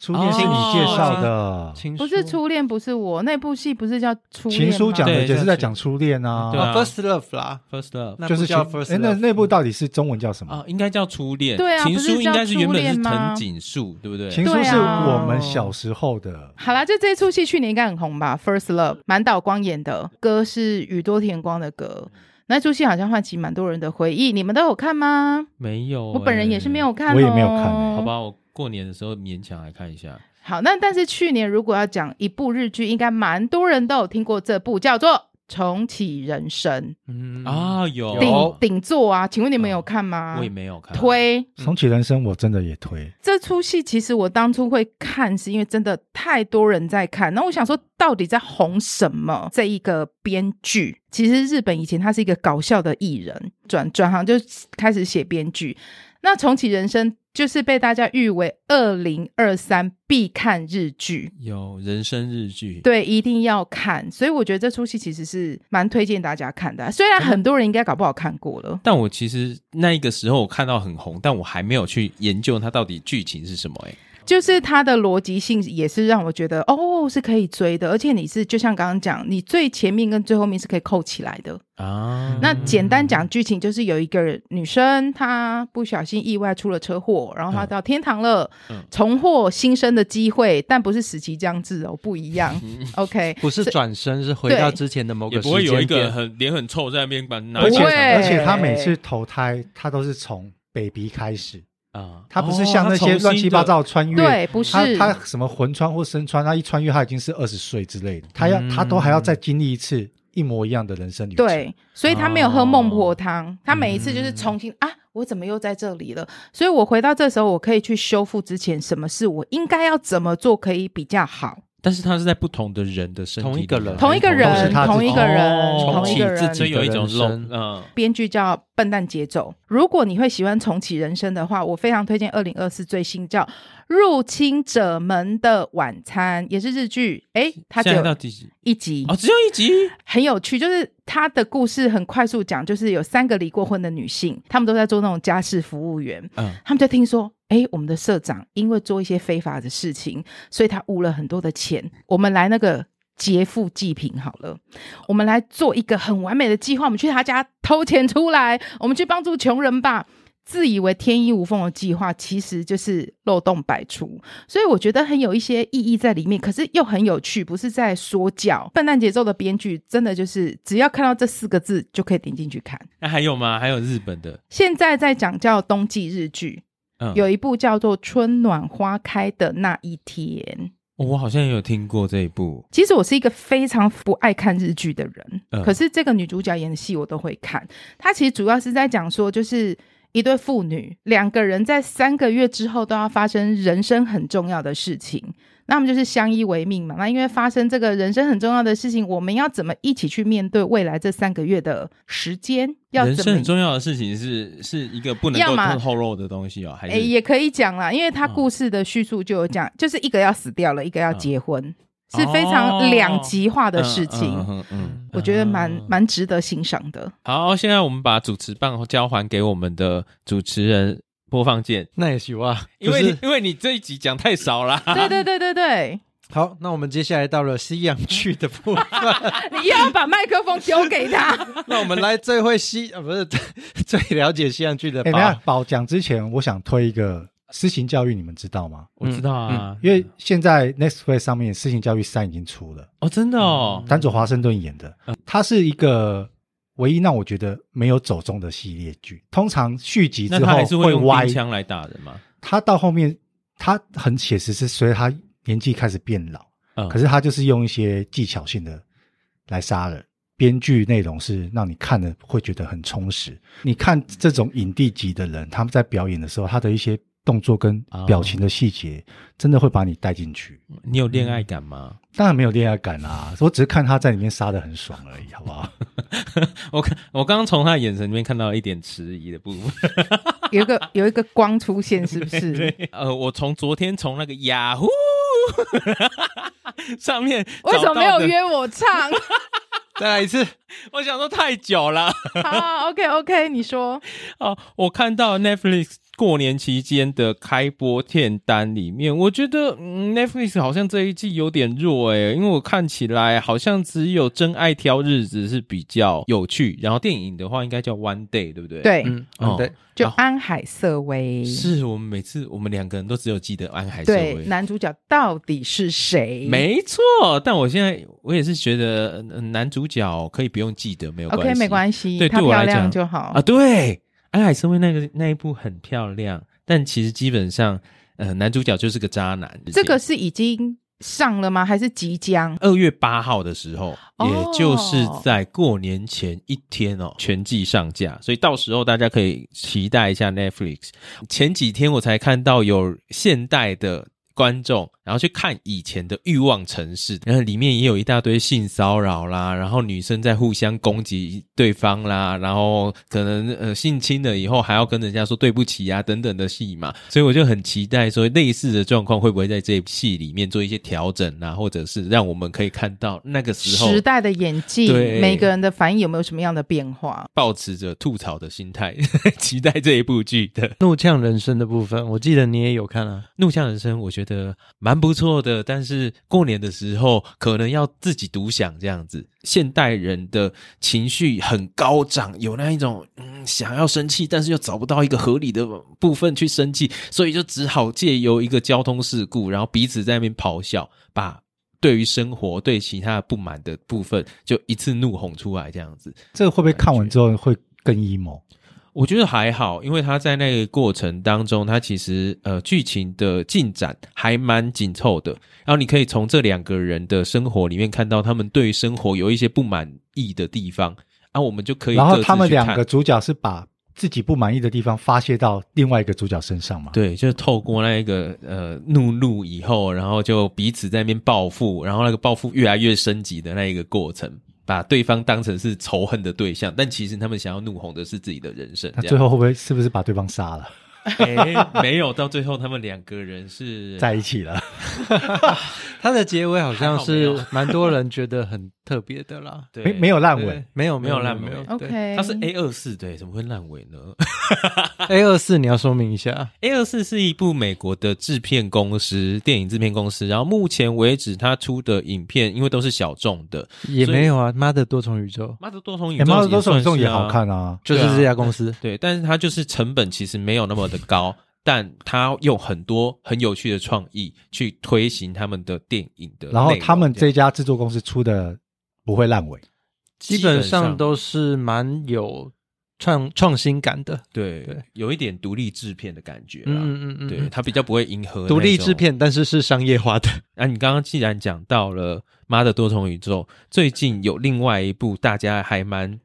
初恋是你介哦绍的，情书不啊是初恋，不是我那部戏，不是叫初恋情吗哦书讲的对也是在对讲初恋啊对，啊啊，First Love 啦， First love 那部就是叫情 First 哎那 Love 那部到底是中文叫什么啊？，应该叫初恋。对啊情不是书应该是原本叫初是恋吗藤井树，对不对？情书对啊是我们小时候的，好啦，就这出戏去年应该很红吧，《First Love》，满岛光演的，歌是宇多田光的歌。嗯那出戏好像唤起蛮多人的回忆，你们都有看吗？没有、我本人也是没有。有看、哦，我也没有看欸好。吧，我过年的时候勉强来看一下。好，那但是去年如果要讲一部日剧，应该蛮多人都有听过这部，叫做《重启人生嗯啊，有》顶顶座啊。请问你们有看吗？我也没有看。推重启人生我真的也推，这出戏，其实我当初会看，是因为真的太多人在看。然后我想说，到底在红什么？这一个编剧，其实日本以前他是一个搞笑的艺人，转转行就开始写编剧。那重启人生就是被大家誉为二零二三必看日剧。有人生日剧，对，一定要看，所以我觉得这出戏其实是蛮推荐大家看的啊。虽然很多人应该搞不好看过了，但我其实那一个时候我看到很红，但我还没有去研究它到底剧情是什么、欸。就是它的逻辑性也是让我觉得哦是可以追的，而且你是就像刚刚讲，你最前面跟最后面是可以扣起来的。啊，那简单讲剧情就是有一个女生，她不小心意外出了车祸，然后她到天堂了，嗯重获新生的机会，但不是死期将至哦，不一样。OK，不是转身，是回对到之前的某也个时不会有一间个点。很脸很臭在那边把拿而且不会而且他每次投胎，他都是从 baby 开始，啊，他不是哦像那些乱七八，糟的穿越，对，不他是他什么魂穿或身穿，他一穿越他已经是二十岁之类的，他要他都还要再经历一次一模一样的人生旅程。对，所以他没有喝孟婆汤，他每一次就是重新、啊，我怎么又在这里了？所以我回到这时候，我可以去修复之前什么事，我应该要怎么做可以比较好？但是他是在不同的人的身体里同一个人面同一个都是人，他自己同一个人，哦同一个重启自所人己。以有一种人漏生嗯。编剧叫《笨蛋节奏》。如果你会喜欢重启人生的话，我非常推荐二零二四最新叫《入侵者们的晚餐》，也是日剧。诶，它只现在到有第几？一集哦，只有一集，很有趣，就是她的故事很快速讲，就是有三个离过婚的女性，她们都在做那种家事服务员，嗯，她们就听说。诶，我们的社长因为做一些非法的事情，所以他污了很多的钱。我们来那个劫富济贫好了，我们来做一个很完美的计划，我们去他家偷钱出来，我们去帮助穷人吧。自以为天衣无缝的计划，其实就是漏洞百出。所以我觉得很有一些意义在里面，可是又很有趣，不是在说教。笨蛋节奏的编剧真的就是，只要看到这四个字就可以点进去看。那还有吗？还有日本的现在在讲叫冬季日剧，嗯有一部叫做《春暖花开的那一天》。哦我好像也有听过这一部，其实我是一个非常不爱看日剧的人，嗯可是这个女主角演的戏我都会看。她其实主要是在讲说，就是一对父女两个人在三个月之后都要发生人生很重要的事情，那我们就是相依为命嘛。那因为发生这个人生很重要的事情，我们要怎么一起去面对未来这三个月的时间？要人怎生么很重要的事情是是一个不能要够么透露的东西哦，还哎、是也可以讲啦，因为他嗯故事的叙述就有讲，就是一个要死掉了，一个要嗯结婚，是非常两极化的事情。嗯嗯嗯嗯我觉得蛮嗯蛮值得欣赏的。好，现在我们把主持棒交还给我们的主持人播放键，那也行啊。因为就你、是因为你这一集讲太少啦。对对对对对，好，那我们接下来到了西洋剧的部分，你又要把麦克风丢给他。那我们来最会西啊，不是 [LAUGHS] 最了解西洋剧的哎，宝。那宝讲之前，我想推一个私行教育，你们知道吗？ [LAUGHS] 我知道啊，因为现在 Netflix 上面《私行教育三》已经出了，哦，真的哦，丹佐华盛顿演的，嗯它是一个唯一让我觉得没有走中的系列剧。通常续集那之他后还是会会用歪冰，枪来打人吗？他到后面他很写实，是随着他年纪开始变老，嗯，可是他就是用一些技巧性的来杀人。编剧内容是让你看了会觉得很充实。你看这种影帝级的人，他们在表演的时候，他的一些动作跟哦表情的细节，真的会把你带进去。你有恋爱感吗？当然没有恋爱感啦、我只是看他在里面杀的很爽而已，好 [LAUGHS] 不好？我看我刚刚从他的眼神里面看到一点迟疑的部分。 [LAUGHS] [LAUGHS] 有一个有一个光出现，是不是？呃，我从昨天从那个雅 [LAUGHS] 虎上面为什么没有找到的？约我唱？ [LAUGHS] 再来一次，我想说太久了。好，OK OK，你说哦，我看到 Netflix 过年期间的开播片单里面，我觉得、嗯、Netflix 好像这一季有点弱诶、因为我看起来好像只有《真爱挑日子》是比较有趣，然后电影的话应该叫 One Day，对不对？，对，嗯，哦嗯对，就好安海瑟薇。是我们每次我们两个人都只有记得安海瑟对，薇。男主角到底是谁？没错，但我现在我也是觉得、呃男主角可以不用记得，没有关系。 OK，没关系，对她对我漂来讲亮就好啊，。对，安海瑟薇那个那一部很漂亮，但其实基本上，呃，男主角就是个渣男。这个是已经上了吗？还是即将？二月八号的时候，哦也就是在过年前一天哦，全季上架，所以到时候大家可以期待一下 Netflix。前几天我才看到有现代的。观众，然后去看以前的《欲望城市》，然后里面也有一大堆性骚扰啦，然后女生在互相攻击对方啦，然后可能呃性侵了以后还要跟人家说对不起啊等等的戏嘛， [LAUGHS] 所以我就很期待说类似的状况会不会在这一戏里面做一些调整啊，或者是让我们可以看到那个时候时代的演技，对每个人的反应有没有什么样的变化？抱持着吐槽的心态 [LAUGHS] 期待这一部剧的《怒呛人生的部分，我记得你也有看啊。怒呛人生》，我觉得蛮不错的，但是过年的时候可能要自己独享这样子。现代人的情绪很高涨，有那一种嗯想要生气，但是又找不到一个合理的部分去生气，所以就只好借由一个交通事故，然后彼此在那边咆哮，把。对于生活、对其他不满的部分，就一次怒吼出来，这样子。这个会不会看完之后会更 emo？我觉得还好，因为他在那个过程当中，他其实呃剧情的进展还蛮紧凑的。然后你可以从这两个人的生活里面看到他们对于生活有一些不满意的地方，啊，我们就可以然各后自他们去两看个主角是把自己不满意的地方发泄到另外一个主角身上嘛？对，就是透过那一个呃怒怒以后，然后就彼此在那边报复，然后那个报复越来越升级的那一个过程，把对方当成是仇恨的对象，但其实他们想要怒吼的是自己的人生。那这样最后会不会是不是把对方杀了，哎没有，到最后他们两个人 [LAUGHS] 是在一起了？它的结尾好像还好没 [LAUGHS] 是有蛮多人觉得很特别的啦。对没没有烂尾哎对，，没有没有烂没有尾。对 OK，它是 A 二四，对，怎么会烂尾呢 [LAUGHS] A 二四，你要说明一下。 ？A 二四是一部美国的制片公司，电影制片公司。然后目前为止，它出的影片因为都是小众的，也所以没有啊，妈的多重宇宙《妈的多重宇哎宙》猫的也多重宇宙算是也啊好，看啊。就是对啊这家公司。对，但是它就是成本其实没有那么的高，但它用很多很有趣的创意去推行他们的电影啊的内容，然后他们样这家制作公司出的不会烂尾，基本上都是蛮有创创新感的，对对有一点独立制片的感觉啦。嗯嗯嗯嗯，对，它比较不会迎合独立那种制。片，但是是商业化的，啊，你刚刚既然讲到了《妈的多重宇宙》，最近有另外一部大家还蛮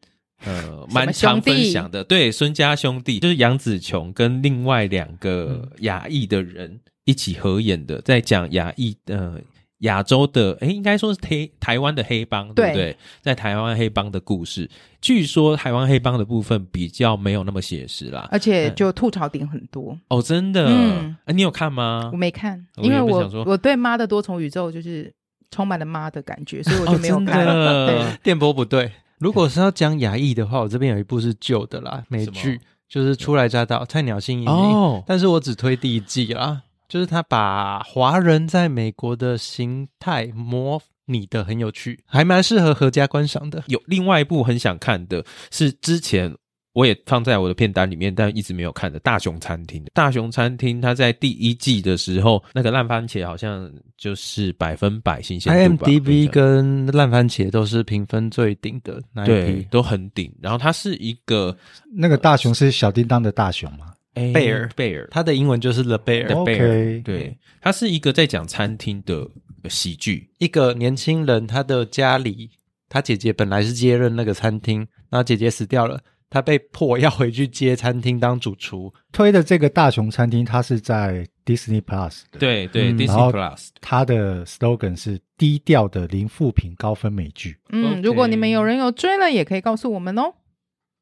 呃蛮常分享的，对，《孙家兄弟》就是杨紫琼跟另外两嗯个亚裔的人一起合演的，在讲亚裔呃亚洲的，诶，应该说是台台湾的黑帮，对不对对？在台湾黑帮的故事，据说台湾黑帮的部分比较没有那么写实啦。而且就吐槽点很多。哦，真的，呃嗯啊你有看吗我？没看，我因为原本我想说我对妈的多重宇宙就是充满了妈的感觉，所以我哦，就没有真看。对的，电波不对。如果是要讲亚裔的话，我这边有一部是旧的啦，美什么剧就是《初来乍到》菜鸟新移民，哦，但是我只推第一季啦，就是他把华人在美国的形态模拟的很有趣，还蛮适合合家观赏的。有另外一部很想看的是之前我也放在我的片单里面，但一直没有看的《大熊餐厅》。《大熊餐厅》它在第一季的时候，那个烂番茄好像就是百分百新鲜度吧 IMDB 对不对跟烂番茄都是评分最顶的那一对批。都很顶。然后它是一个那个大熊是小叮当的大熊吗？诶贝尔贝尔它的英文就是的 The Bear，贝尔 OK 对，它是一个在讲餐厅的喜剧。一个年轻人，他的家里，他姐姐本来是接任那个餐厅，然后姐姐死掉了，他被迫要回去接餐厅当主厨。推的这个大熊餐厅，它是在 Disney Plus 的，对对、嗯 d i s 然 n e y 后 Plus 它的 slogan 是低调的零负评高分美剧。嗯 OK 如果你们有人有追了，也可以告诉我们哦。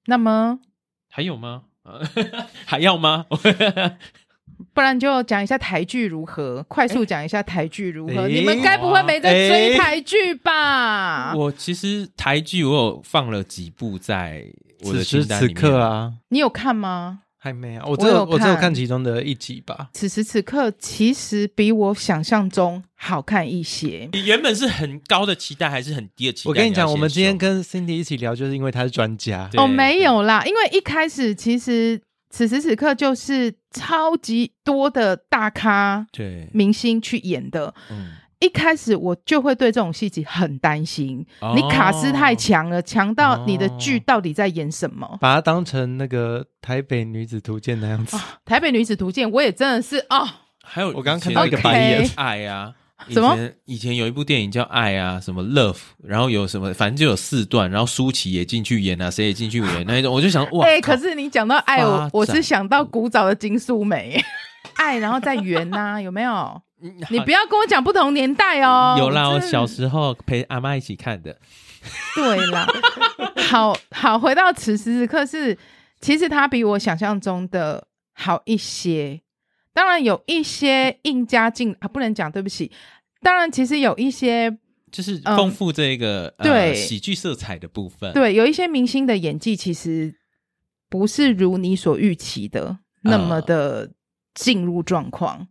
那么，还有吗？ [LAUGHS] 啊还要吗？ [LAUGHS] 不然就讲一下台剧如何，快速讲一下台剧如何。哎你们该不会没在追台剧吧？我其实台剧我有放了几部在我的此清时单里此面刻，啊，你有看吗？还没啊，我只我有有我只有看看其中的一集吧。此时此刻，其实比我想象中好看一些。你原本是很高的期待还是很低的期待？我跟你讲，要先我们今天说跟 Cindy 一起聊，就是因为他是专家。对哦，没有啦，因为一开始其实此时此刻就是超级多的大咖对，明星去演的。嗯，一开始我就会对这种戏集很担心，哦你卡斯太强了，强到你的剧到底在演什么？哦把它当成那个台北女子图鉴那样子，台北女子图鉴》我也真的是哦，哦，还有我刚刚以前看到一个白眼 OK 爱啊。以 [LAUGHS] 什么前以前有一部电影叫《爱》啊，什么 Love，然后有什么，反正就有四段，然后舒淇也进去演啊，谁也进去 [LAUGHS] 演那一种，我就想哇，哎、靠可是你讲到爱，我发我是展嗯想到古早的金素梅，爱然后再圆呐、有 [LAUGHS] 没有？你不要跟我讲不同年代哦。有啦，我真的小时候陪阿妈一起看的， [LAUGHS] 对啦，好好回到此时此刻是，其实它比我想象中的好一些。当然有一些硬加进啊，不能讲对不起。当然，其实有一些就是嗯丰富这个、对呃、喜剧色彩的部分。对，有一些明星的演技其实不是如你所预期的那么的进入状况。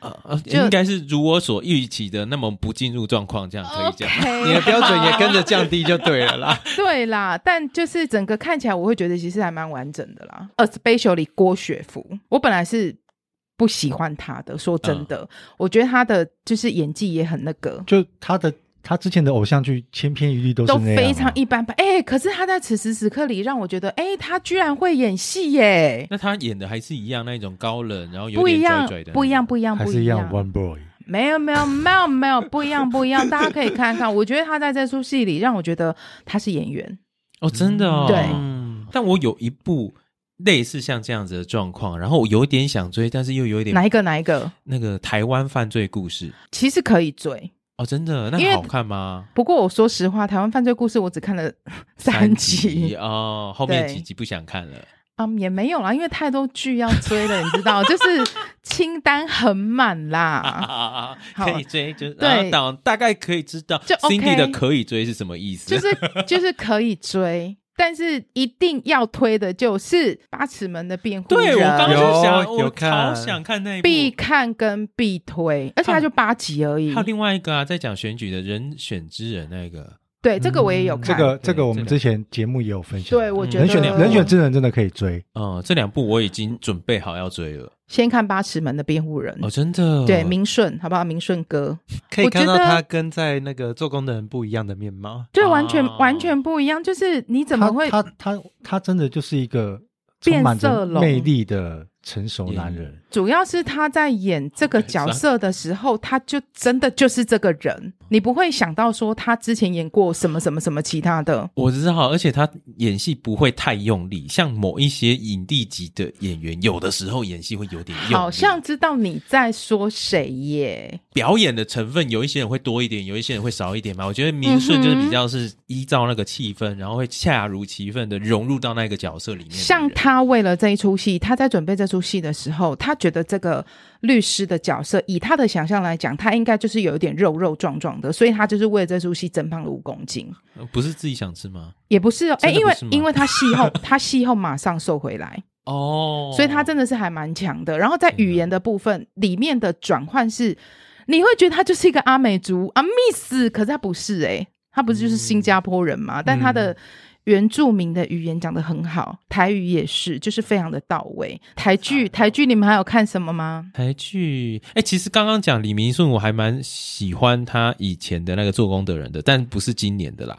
呃，呃就应该是如我所预期的那么不进入状况，这样可以讲。你 OK，的标准也跟着降低就对了啦。对啦，但就是整个看起来，我会觉得其实还蛮完整的啦。especially 呃郭雪芙，我本来是不喜欢她的，说真的，我觉得她的就是演技也很那个，就他的他之前的偶像剧千篇一律都是都那样啊，非常一般般。哎、可是她在此时此刻里让我觉得，哎、她居然会演戏耶！那他演的还是一样那一种高冷，然后有不一点拽样拽的，，不一样，，不一样，还不是一一样样。One Boy。嗯没有，没有，没有，没有， [LAUGHS] 不一样，不一样。大家可以看看，我觉得她在这出戏里让我觉得她是演员。哦， [LAUGHS] 真的哦。对嗯但我有一部类似像这样子的状况，然后我有点想追，但是又有一点哪一个？哪一个？那个台湾犯罪故事其实可以追。哦，真的，因那为好看吗？不过我说实话，台湾犯罪故事我 [LAUGHS] 只看了三集，哦，后面对几集不想看了。嗯，也没有啦，因为太多剧要追了，你知道，就是清单很满啊 [LAUGHS] 啦。啊啊！好可以追，就是对然后大大概可以知道就 OK Cindy 的可以追是什么意思，就是就是可以追，但是一定要推的就是《八尺门的辩护人对》，我刚刚就想，有我有好看想看那一部。必看跟必推，而且它就八集而已啊还有。另外一个啊，在讲选举的人选之人那个对，这个我也有嗯这看。个对这个我们这个之前节目也有分享，对，我嗯觉得人选两人选之人真的可以追，嗯，这两部我已经准备好要追了。先看八尺门的辩护人，哦，啊真的，嗯对明顺，好不好？明顺哥，可以我觉看到得他跟在那个做工的人不一样的面貌。对，完全、哦完全不一样。就是你怎么会他他他他真的就是一个充满变色着龙魅力的成熟男人，嗯主要是他在演这个角色的时候，他就真的就是这个人，你不会想到说他之前演过什么什么什么其他的。我知道，而且他演戏不会太用力，像某一些影帝级的演员，有的时候演戏会有点用力，好像知道你在说谁耶？表演的成分，有一些人会多一点，有一些人会少一点嘛。我觉得嗯明顺嗯就是比较是依照那个气氛，然后会恰如其分的融入到那个角色里面的人。像他为了这一出戏，他在准备这出戏的时候，他觉得这个律师的角色，以他的想象来讲，他应该就是有一点肉肉壮壮的，所以他就是为了这出戏增胖了五公斤。呃不是自己想吃吗？也不是哦，哎、真的因为不是吗因为他戏后他戏后马上瘦回来，哦，嗯所以他真的是还蛮强的。然后在语言的部分里面的转换是，你会觉得他就是一个阿美族啊，miss，可是他不是哎、他不是就是新加坡嗯人嘛？但他的原住民的语言讲得很好，台语也是，就是非常的到位。台啊剧台剧你们还有看什么吗？台剧，哎、其实刚刚讲李明顺，我还蛮喜欢他以前的那个做工的人的，但不是今年的啦。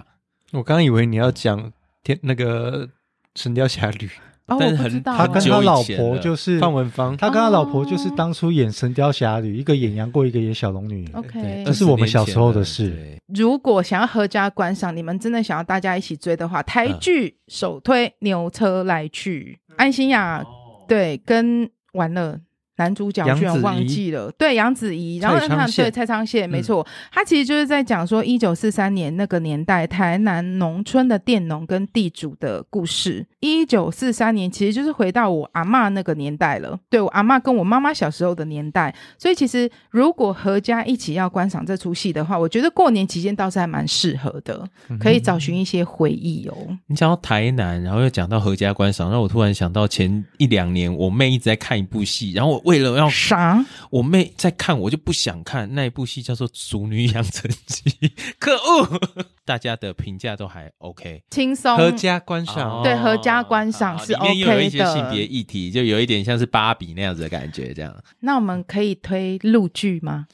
我刚以为你要讲天那个《神雕侠侣哦，但我是不很知道他哎，跟久他以老前婆了就是》，范文芳，他跟哦他老婆就是当初演《神雕侠侣》，一个演杨过，一个演小龙女。 OK，这是我们小时候的事20年前了。如果想要合家观赏，你们真的想要大家一起追的话，台嗯剧首推《牛车来去》，安心亚对跟完了。男主角杨居然紫忘怡记了，对杨子怡，然后蔡他昌对宪嗯蔡昌宪，没错，他其实就是在讲说一九四三年那个年代台南农村的佃农跟地主的故事。一九四三年其实就是回到我阿嬷那个年代了，对我阿嬷跟我妈妈小时候的年代，所以其实如果合家一起要观赏这出戏的话，我觉得过年期间倒是还蛮适合的，嗯可以找寻一些回忆哦。你讲到台南，然后又讲到合家观赏，让我突然想到前一两年我妹一直在看一部戏，然后我为哦了要啥？我妹在看，我就不想看那一部戏，叫做《熟女养成记》， [LAUGHS] 可恶！大家的评价都还 OK，哦轻松合家观赏。哦对合家观赏是里面又有一 OK 些的性别议题，就有一点像是芭比那样子的感觉，这样那我们可以推陆剧吗？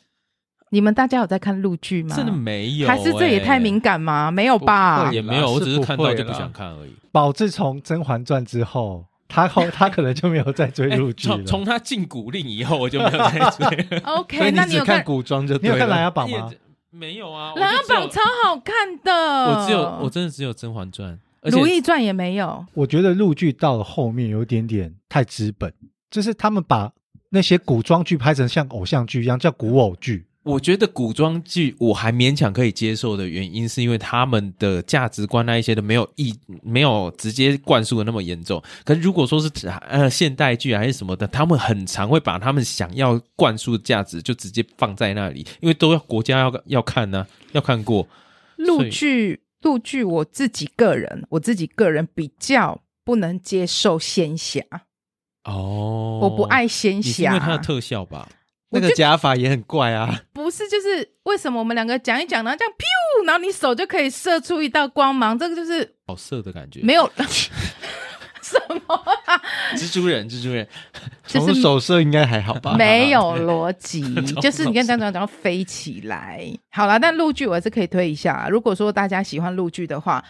你们大家有在看陆剧吗？真的没有、还是这也欸太敏，感吗？没有吧不？也没有，我只是看到就是不不会啦想看而已。宝自从《甄嬛传》之后，他后他可能就没有再追哎入剧了从。从他禁古令以后，我就没有再 [LAUGHS] 追所 OK，以那你有只看古装就 [LAUGHS] 你对有看《琅琊了。榜》吗？没有啊，琅琊榜》超好看的，我只有我真的只有《甄嬛传》，而《如懿且传》也没有。我觉得陆剧到了后面有点点太资本，就是他们把那些古装剧拍成像偶像剧一样，叫古偶剧。我觉得古装剧我还勉强可以接受的原因，是因为他们的价值观啊那一些的没有意没有直接灌输的那么严重。可是如果说是呃现代剧还是什么的，他们很常会把他们想要灌输的价值就直接放在那里，因为都要国家要要看呢、要看过。陆所以剧，陆剧我自己个人，我自己个人比较不能接受仙侠，哦，我不爱啊仙你是因侠为。它的特效吧？那个假发也很怪啊，不是，就是为什么我们两个讲一讲，然后这样咻，然后你手就可以射出一道光芒，这个就是好色的感觉，没有 [LAUGHS] 什么啊，蜘蛛人，蜘蛛人， [LAUGHS] 就从是手色应该还好吧？ [LAUGHS] 没有逻 [LAUGHS] 辑，就是你跟张总讲飞起来。好啦，但陆剧我还是可以推一下。如果说大家喜欢陆剧的话，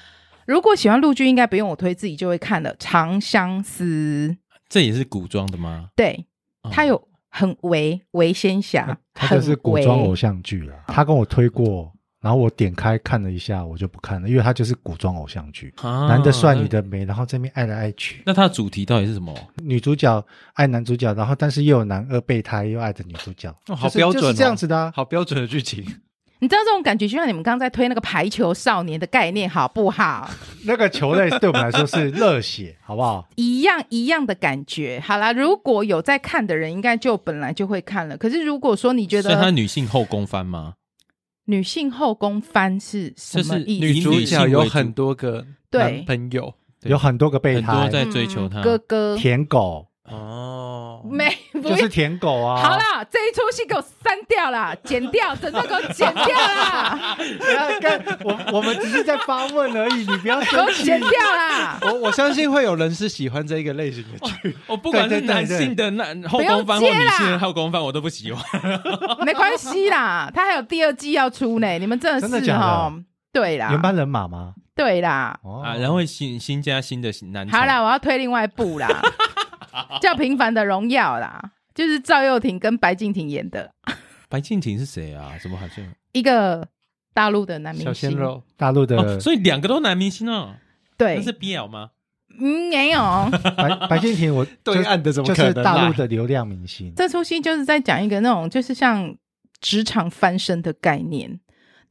如果喜欢陆剧，应该不用我推，自己就会看的《长相思》。这也是古装的吗？对，哦他有很为为仙侠，他就是古装啊很偶为像剧了。他跟我推过，然后我点开看了一下，我就不看了，因为他就是古装偶像剧。啊男的帅，女的美，然后这边爱来爱去，那它的主题到底是什么？女主角爱男主角，然后但是又有男二备胎，又爱着女主角，哦好就是标准就哦是这样子的啊。好标准的剧情。你知道这种感觉，就像你们刚刚在推那个排球少年的概念，好不好？那个球类对我们来说是热血，好不 [LAUGHS] 好？一样一样的感觉。好啦，如果有在看的人，应该就本来就会看了。可是如果说你觉所以它得女性后宫番吗？女性后宫番是什么就是意思？以女主 [LAUGHS] 女性角有为主很多个对男朋友，对有很多个备很多胎，在追求她嗯哥哥舔狗、哦，没，不就要是舔狗啊。好，啦，这一出戏给我删掉啦，剪掉，整段给我剪掉 [LAUGHS] 啦， [LAUGHS] 干我我们只是在发问而已，你不要给我生 [LAUGHS] 气。剪掉啦，我我相信会有人是喜欢这一个类型的剧，我哦不管是对对对男对性的男后不要宫番或接女啦性的后宫番，我都不喜欢。没关系啦，他还有第二季要出呢，你们真真的是假的哈，对原啦，班人马吗？对啦，哦啊，然后会新新加新的男宠好啦，我要推另外一 [LAUGHS] 部啦，叫《平凡的荣耀》啦，就是赵又廷跟白敬亭演的白敬亭是谁啊？怎么好像一个大陆的男明小鲜星，肉，大陆的哦，所以两个都男明星哦。对那，是 BL 吗？嗯，没有，白白敬亭，我对岸的怎么就可是能啊大陆的流量明星。这出戏就是在讲一个那种就是像职场翻身的概念。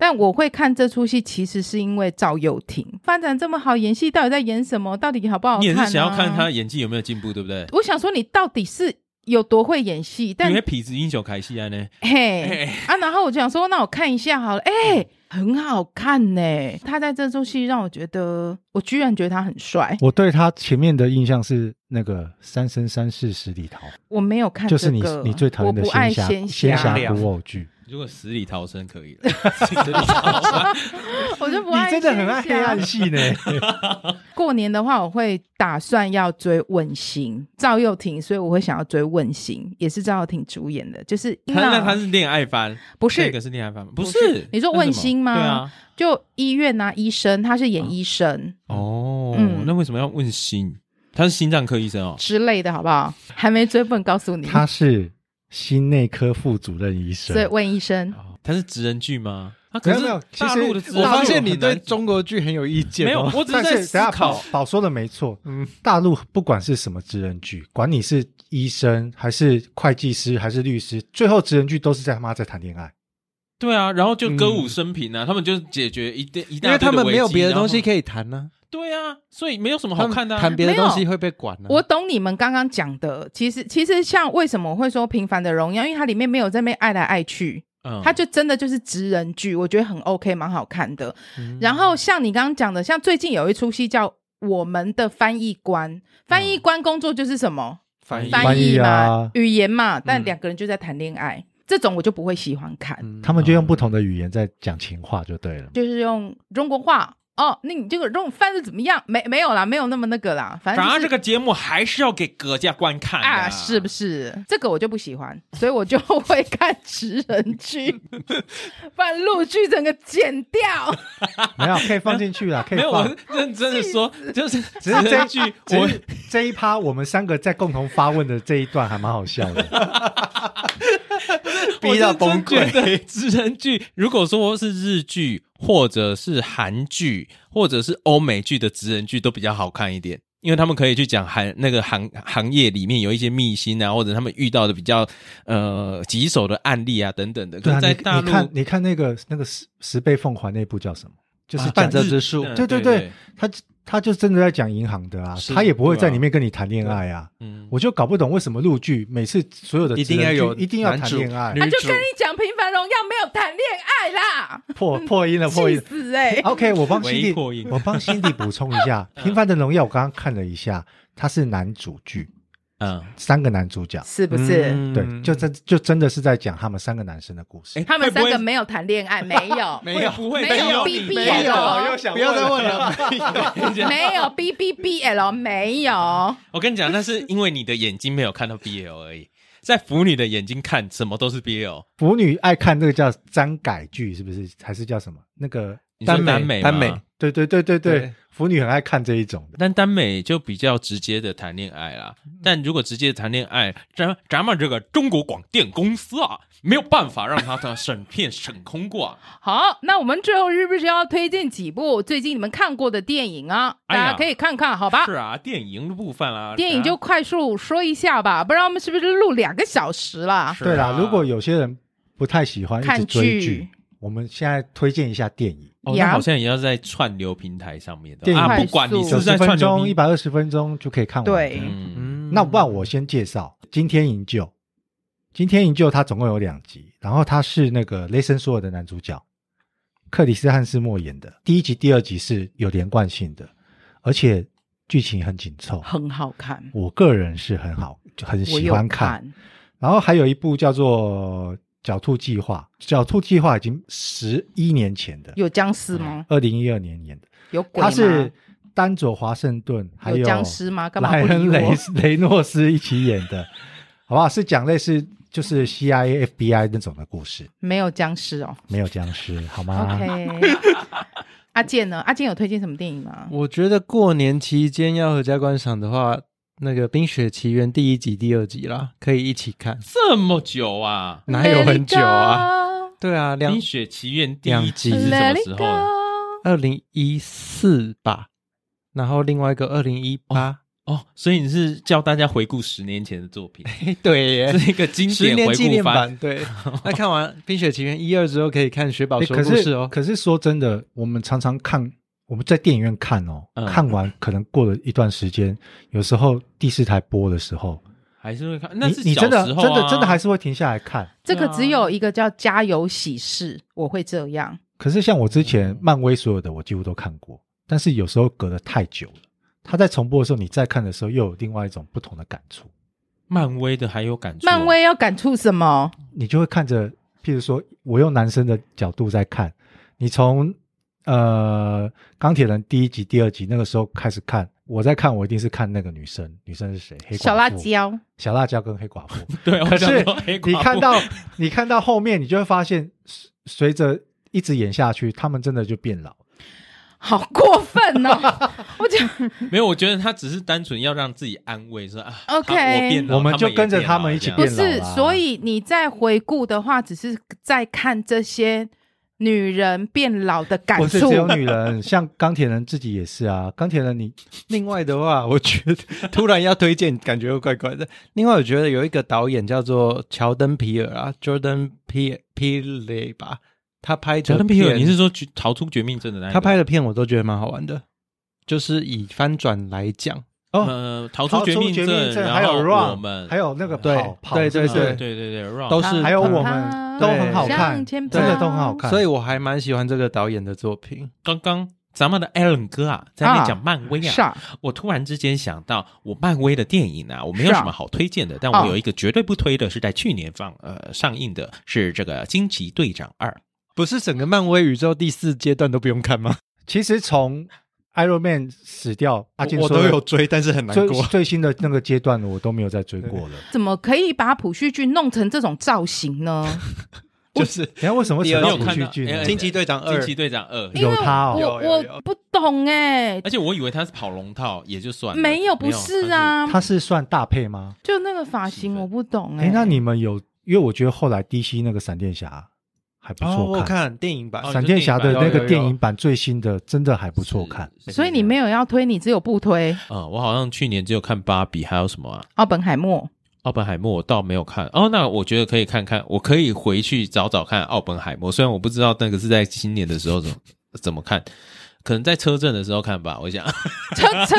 但我会看这出戏，其实是因为赵又廷发展这么好，演戏到底在演什么？到底好不好看、啊？你也是想要看他？演技有没有进步，对不对？我想说，你到底是有多会演 [LAUGHS] 戏？但因为痞子英雄凯西安啊呢，嘿哎啊，然后我就想说，那我看一下好了，哎、很好看呢、他在这出戏让我觉得，我居然觉得他很帅。我对他前面的印象是那个《三生三世十里桃我没有看、》，啊这就个，是你你最讨厌的我不爱仙侠仙仙侠侠侠古偶剧。如果死里逃生可以了，死里逃生 [LAUGHS] 我就不爱你真的很爱黑仙侠暗系呢，过年的话，我会打算要追《问心》，赵又廷，所以我会想要追《问心》，也是赵又廷主演的，就是他那他是恋爱番，不那是个是恋爱番吗，不不是是？你说问心吗那是什啊么就医院啊，医生，他是演医生对啊，哦嗯，那为什么要问心？他是心脏科医生哦，之类的，好不好？还没追，不能告诉 [LAUGHS] 你。他是心内科副主任医生所以。问医生，他是职人剧吗？啊，可没有是没有其实大陆的职人剧我发现你很难对中国剧很有意见没有，哦，我只但在是思等下考宝。宝说的没错，嗯，大陆不管是什么职人剧，管你是医生还是会计师还是律师，最后职人剧都是在他妈在谈恋爱。对啊，然后就歌舞升平啊，他们就解决一定一因大堆的为他们没有危机别的东西然后可以谈呢，对啊，所以没有什么他好们看的啊。谈别的没有东西会被管啊呢。我懂你们刚刚讲的，其实其实像为什么我会说《平凡的荣耀》，因为它里面没有在那边爱来爱去，嗯它就真的就是职人剧，我觉得很 OK，蛮好看的。嗯然后像你刚刚讲的，像最近有一出戏叫《我们的翻译官》，翻译官工作就是什么？翻译翻译译嘛，啊语言嘛，但嗯两个人就在谈恋爱，这种我就不会喜欢看，嗯他们就用不同的语言在讲情话就对了。就是用中国话。哦，那你这个用翻的怎么样？没没有啦，没有那么那个啦，反正、反而就是、这个节目还是要给各家观看的啊，是不是？这个我就不喜欢，所以我就会看职人剧，把陆剧整个剪掉。 [LAUGHS] 啊没有，可以放进去啦，可以没 [LAUGHS] 有，我放是。认真的说，就是只只是这这一句句，我我这一趴我们三个在共同发问的这一段还蛮好笑 [LAUGHS] 的。我逼到是真崩溃觉得 [LAUGHS] 职人剧，如果说是日剧，或者是韩剧，或者是欧美剧的职人剧，都比较好看一点。因为他们可以去讲行那个行行业里面有一些秘辛啊，或者他们遇到的比较呃棘手的案例啊等等的。可对啊，是在你大你陆看你看那个那个十十倍奉还那部叫什么？就是啊讲半泽日直树嗯对对对，他他就真的在讲银行的啊，是他也不会在对啊里面跟你谈恋爱啊。嗯，我就搞不懂为什么陆剧每次所有的一定职人要剧有一定要男谈主恋爱女，啊，就主跟你讲《平凡荣耀》没有谈恋爱啦，破破音了破气音。[LAUGHS] 死哎、 OK，我帮辛微迪破音，我帮 [LAUGHS] 辛迪补充一下，嗯《平凡的荣耀》我刚刚看了一下，它是男主剧，嗯，三个男主角，是不是？嗯哎对，就真就真的是在讲他们三个男生的故事。他们三会不个会没有谈恋爱，没有，没有不会没有啊你 [LAUGHS] BBL 没有我又想不要再问了， [LAUGHS] 没有 B B B L 没有，我跟你讲，那是因为你的眼睛没有看到 BL 而已，在腐女的眼睛看什么都是 BL。腐女爱看那个叫耽改剧，是不是？还是叫什么？那个你说耽美，美耽耽美对对对对对对，腐女很爱看这一种的。但耽美就比较直接的谈恋爱啦。嗯但如果直接谈恋爱，咱咱们这个中国广电公司啊，没有办法让他的 [LAUGHS] 审片审通过啊。好，那我们最后是不是要推荐几部最近你们看过的电影啊？哎大呀家可以看看，好吧是？啊，电影的部分啊啦，电影就快速说一下吧，不然我们是不是录两个小时了？是啊对啦，如果有些人不太喜欢啊一看直追剧剧，我们现在推荐一下电影，哦，呀那好像也要在串流平台上面的电影啊，快不速管你是九不是十在分串流钟、平一百二十分钟就可以看完。对嗯，那不然我先介绍《今天营救》。《今天营救》它总共有两集，然后它是那个雷神索尔的男主角克里斯汉斯莫演的。第一集、第二集是有连贯性的，而且剧情很紧凑，很好看，我个人是很好，就很我喜有欢看。看，然后还有一部叫做《狡兔计划》，《狡兔计划》已经十一年前的，有僵尸吗？二零一二年演的，有鬼吗？它是丹佐华盛顿还有僵尸吗？干嘛莱不恩理雷我？雷诺斯一起演的， [LAUGHS] 好不好？是讲类似就是 CIA、FBI 那种的故事，没有僵尸哦。没有僵尸，好吗 [LAUGHS] OK，阿健呢？阿健有推荐什么电影吗？我觉得过年期间要合家观赏的话，那个《冰雪奇缘》第一集、第二集啦，可以一起看。这么久啊！哪有很久啊？啊？对啊， 《两冰雪奇缘》第两一集集是什么 Let it 时候啊？ go。二零一四吧，然后另外一个二零一八，哦，所以你是叫大家回顾十年前的作 [LAUGHS] 品，嘿 [LAUGHS] 对耶这，是一个经十典年回纪顾念法。版。 [LAUGHS] 对，那看完《冰雪奇缘》一二之后，可以看雪宝诶说可故是事哦。可是说真的，我们常常看，我们在电影院看哦，嗯看完可能过了一段时间，有时候第四台播的时候，还是会看，那是你你小真的时候啊真的真的还是会停下来看。这个只有一个叫《家有喜事》，我会这样。可是像我之前嗯漫威所有的我几乎都看过，但是有时候隔得太久了，它在重播的时候，你再看的时候又有另外一种不同的感触，漫威的还有感触啊，漫威要感触什么？你就会看着，譬如说我用男生的角度在看，你从呃钢铁人第一集、第二集那个时候开始看，我在看我一定是看那个女生，女生是谁？黑寡妇小辣、椒，小辣椒跟黑 [LAUGHS] 寡妇。 [LAUGHS] 对，我可想是说哎黑寡妇你看到你看到后面，你就会发现，随随着一直演下去，他们真的就变老。好过分 [LAUGHS] 哦！我讲 [LAUGHS] 没有？我觉得他只是单纯要让自己安慰，说啊 OK 他我变老我们就也跟着变老他们一起这样变不老是，啦所以你在回顾的话，只是在看这些女人变老的感不是触只。有女人，像钢铁人自己也是啊。钢铁人你 [LAUGHS] 另外的话，我觉得突然要推荐，感觉又怪怪的。另外，我觉得有一个导演叫做乔登皮尔啊，Jordan P P 雷吧，他拍乔的丹皮尔，片你是说绝逃出绝命镇的那一个他拍的片，我都觉得蛮好玩的。就是以翻转来讲，呃逃出绝命哦逃出镇，然后还有 Run，我们呃还有那个嗯对跑跑，对是不是对对对，Run 都是还有他我他们都很好向看，前真跑的都很好看。所以我还蛮喜欢这个导演的作品。刚刚咱们的 Alan 哥啊，在那边讲漫威是啊，啊，我突然之间想到，我漫威的电影啊，我没有是啊什么好推荐的，但哦啊我有一个绝对不推的，是在去年放呃上映的，是这个《惊奇队长二》。不是整个漫威宇宙第四阶段都不用看吗？其实从 Iron Man 死掉，阿健我我说都的有追，但是很难最过。最新的那个阶段，我都没有再追过了。怎么可以把朴叙俊弄成这种造型呢？ [LAUGHS] 就是你看为什么会扯你到有古看剧到呃剧哎呢哎？惊奇队长二惊，奇队长二，因为有他我哦，有有有我不懂哎 [LAUGHS] 而，且我以为他是跑龙套，也就算了没有，不是，啊，他是算大配吗？就那个发型我不懂哎哎。，那你们有？因为我觉得后来 DC 那个闪电侠还不哦，我错有看，看电影版哦，闪电侠的那有有个有电影版最新的真的还不错看。所以你没有。有要推，你只有不推嗯，我好像去年只有看芭比，还有什么啊？奥本海默。奥本海默我倒没有看哦，那我觉得可以看看，我可以回去找找看奥本海默。虽然我不知道那个是在新年的时候怎么 [LAUGHS] 怎么看，可能在车震的时候看吧。我想， [LAUGHS] 车车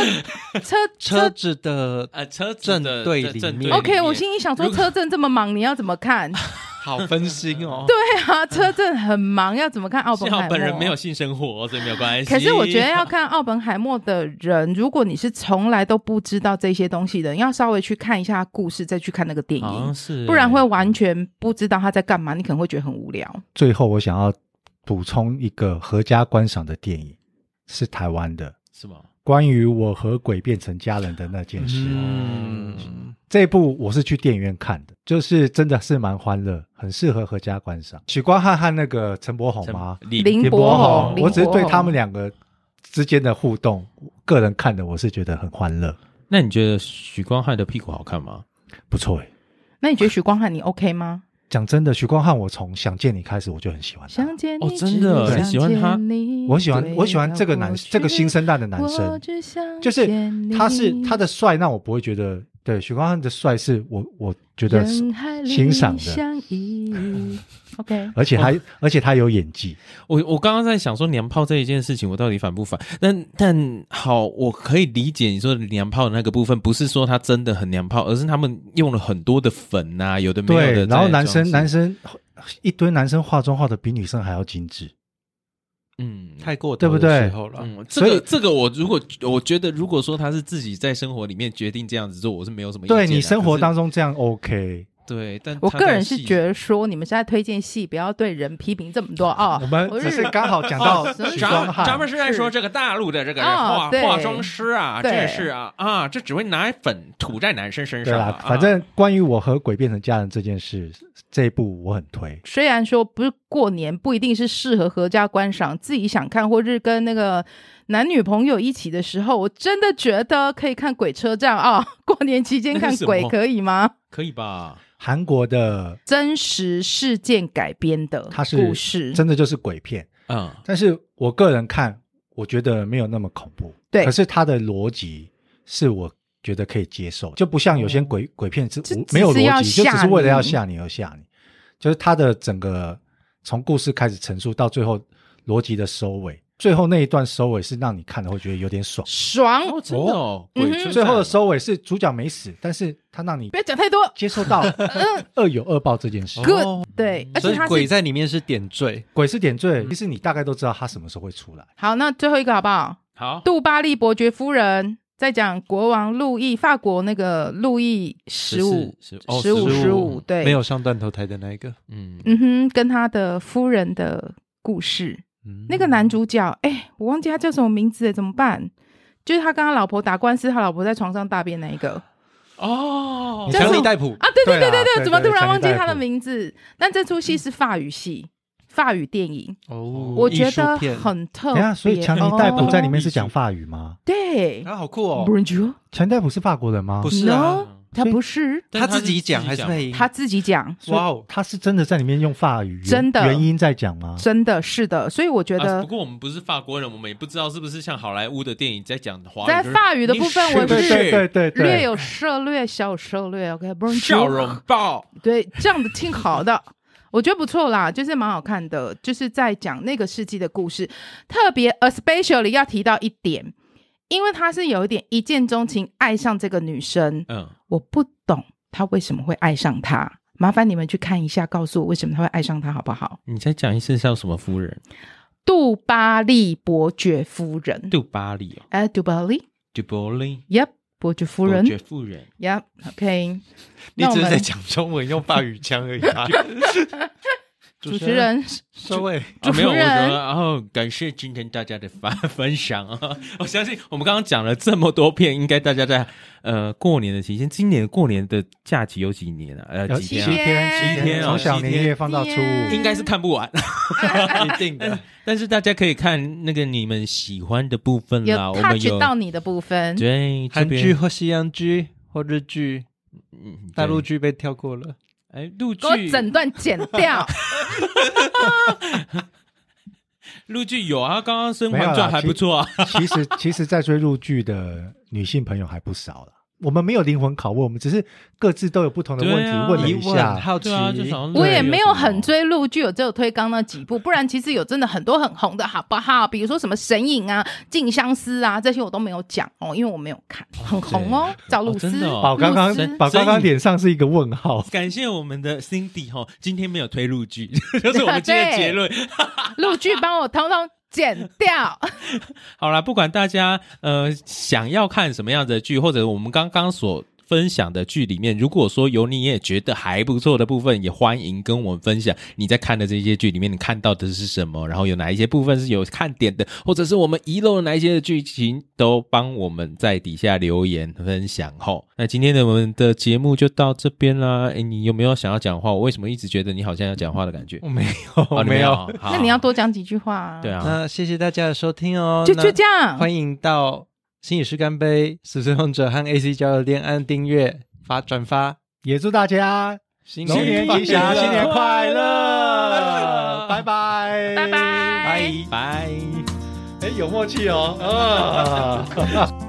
车车子的呃，车震对里面 OK，我心里想说，如果车震这么忙，你要怎么看？ [LAUGHS] 好分心哦。对啊，车震很忙，要怎么看奥本幸海好默？本人没有。性生活，所以没有关系。可是我觉得要看奥本海默的人，如果你是从来都不知道这些东西的，你要稍微去看一下故事，再去看那个电好影像，是，不然会完全不知道他在干嘛，你可能会觉得很无聊。最后，我想要补充一个合家观赏的电影，是台湾的，是吗？关于我和鬼变成家人的那件事。嗯，这一部我是去电影院看的，就是真的是蛮欢乐，很适合合家观赏。许光汉和那个陈柏宏吗？林林田柏宏宏，林我只是柏对宏他们两个之间的互动，个人看的我是觉得很欢乐，那你觉得许光汉的屁股好看吗？不错诶。那你觉得许光汉你 [LAUGHS] OK 吗？讲真的，许光汉，我从《想见你》开始我就很喜欢他，想见哦你，真的只你喜欢他想见你我喜欢对我喜欢这个到男过这个去新生代的男生我，只想就是见你他是他的帅让我不会觉得，对许光汉的帅是我我觉得是人海里欣赏的，相 [LAUGHS] 依 OK，而且他、而且他有演技，我我刚刚在想说娘炮这一件事情，我到底反不反？但但好，我可以理解你说的娘炮的那个部分，不是说他真的很娘炮，而是他们用了很多的粉呐、有的没有对的。，然后男生男生生一堆男生化妆化的比女生还要精致，嗯，太过对头不的对时候了。嗯，这个所以这个我如果我觉得，如果说他是自己在生活里面决定这样子做，我是没有什么意见啊、对你生活当中中这样 OK，对，但我他个在人是戏觉得说，你们是在推荐戏，不要对人批评这么多啊、我们我只是是刚好讲到哦所以许张光咱汉们，是在说这个大陆的这个人哦化、对化妆师啊，对这是啊啊，这只会拿粉涂在男生身对上、啦啊。，反正关于我和鬼变成家人这件事，这一部我很推。虽然说不是过年不一定是适合合家观赏，自己想看或是跟那个男女朋友一起的时候，我真的觉得可以看《鬼车站》啊、 [LAUGHS] 过年期间那看是什鬼么可以吗？可以吧？韩国的真实事件改编的它是故事，真的就是鬼片，嗯，但是我个人看，我觉得没有那么恐怖。对可是它的逻辑是我觉得可以接受，就不像有些鬼、鬼片是这无哦只没有是要逻辑，就吓只是为了要你吓你而吓你。就是它的整个从故事开始陈述到最后逻辑的收尾，最后那一段收尾是让你看了会觉得有点爽。爽！哦，真的哦，嗯哼鬼车站最后的收尾是主角没死，但是他让你不要讲太多，接受 [LAUGHS] 到嗯 [LAUGHS] 恶有恶报这件事。 Good 对，而所且以它鬼是在里面是点缀，鬼是点缀，其实你大概都知道他什么时候会出来。好。那最后一个好不好？好，杜巴利伯爵夫人在讲国王路易，法国那个路易十五、十哦十五、 15十五，，对，哦没有，上断头台的那一个。嗯，嗯哼，跟他的夫人的故事。嗯，那个男主角，哎、我忘记他叫什么名字了，怎么办？就是他跟他老婆打官司，他老婆在床上大便那一个哦你，叫什强么力逮捕，啊，对对对啦对对对对，怎么对突然强忘尼记戴他的普名字？但这出戏是法语戏，法语电影，哦，我觉艺术得片很特等一别。下，所以强尼戴普在里面是哦讲法语吗？对，啊，好酷哦， Bonjour 强尼戴普是法国人吗？不是啊， No，他不是，但他他是自己讲自己还是讲配音？他自己讲，所以哇哦他是真的在里面用法语原，真的原因在讲吗？真的是的，所以我觉啊得不过我们不是法国人，我们也不知道是不是像好莱坞的电影在讲华语，在就是法语的部分我你是是对对对对，略有涉略，小有涉略。OK，Bonjour，笑容爆，对，这样子挺好的，我觉得不错啦，就是蛮好看的，就是在讲那个世纪的故事。特别呃 especially 要提到一点，因为他是有一点一见钟情爱上这个女生，嗯，我不懂他为什么会爱上她。麻烦你们去看一下，告诉我为什么他会爱上她好不好？你再讲一次叫什么夫人？杜巴利伯爵夫人，杜巴里哦，哎，杜巴利杜伯利，Yep，伯爵夫人伯爵夫人， [LAUGHS] ，Yep，OK、你那我只是们在讲中文，用法语腔而已啊。 [LAUGHS] [LAUGHS] 主持，人 [LAUGHS] 收尾。啊，主没有，我觉持人得，然后感谢今天大家的分分享啊！ [LAUGHS] 我相信我们刚刚讲了这么多片，应该大家在呃过年的期间，今年过年的假期有几年啊？呃，有几七天七啊？天，七天哦从小七天年夜放到初天五，应该是看不完，一定的，但是大家可以看那个你们喜欢的部分嗯有啊啦。我们 touch 有到你的部分，对这韩剧边或西洋剧或日剧，嗯大陆对剧被跳过 [LAUGHS] 了。哎陆给我剧整段剪 [LAUGHS] 掉。陆剧有啊，刚刚《甄没有嬛啦传》还其不错啊。其实其实，在追入剧的女性朋友还不少了。我们没有灵魂拷问，我们只是各自都有不同的问题对啊问了疑一问、下。好奇对，啊，就想要我也没有什么很追陆剧，我只有推刚那几部，不然其实有真的很多很红的，好不好？比如说什么《神隐》啊、《静香思》啊，这些我都没有讲哦，因为我没有看，很红哦，赵露哦真思的哦，宝刚露丝刚宝刚所刚以脸上是一个问号，感谢我们的 Cindy 哈，今天没有推陆剧， [LAUGHS] 就是我们今 [LAUGHS] 天的结论。陆剧帮我统统剪 [LAUGHS] 掉。好啦，不管大家呃想要看什么样的剧，或者我们刚刚所分享的剧里面，如果说有你也觉得还不错的部分，也欢迎跟我们分享你在看的这些剧里面你看到的是什么，然后有哪一些部分是有看点的，或者是我们遗漏了哪一些的剧情，都帮我们在底下留言分享吼。那今天的我们的节目就到这边啦。诶，你有没有想要讲话？我为什么一直觉得你好像要讲话的感觉？我没有，哦我你没有。有，那那你要多讲几句话啊对，啊，那谢谢大家的收听哦，就那就这样。欢迎到心理师干杯、死神勇者和 AC 交流店按订阅、发转发，也祝大家新龙年吉祥，新年快乐，拜拜，拜拜拜。拜。哎，有默契哦，啊。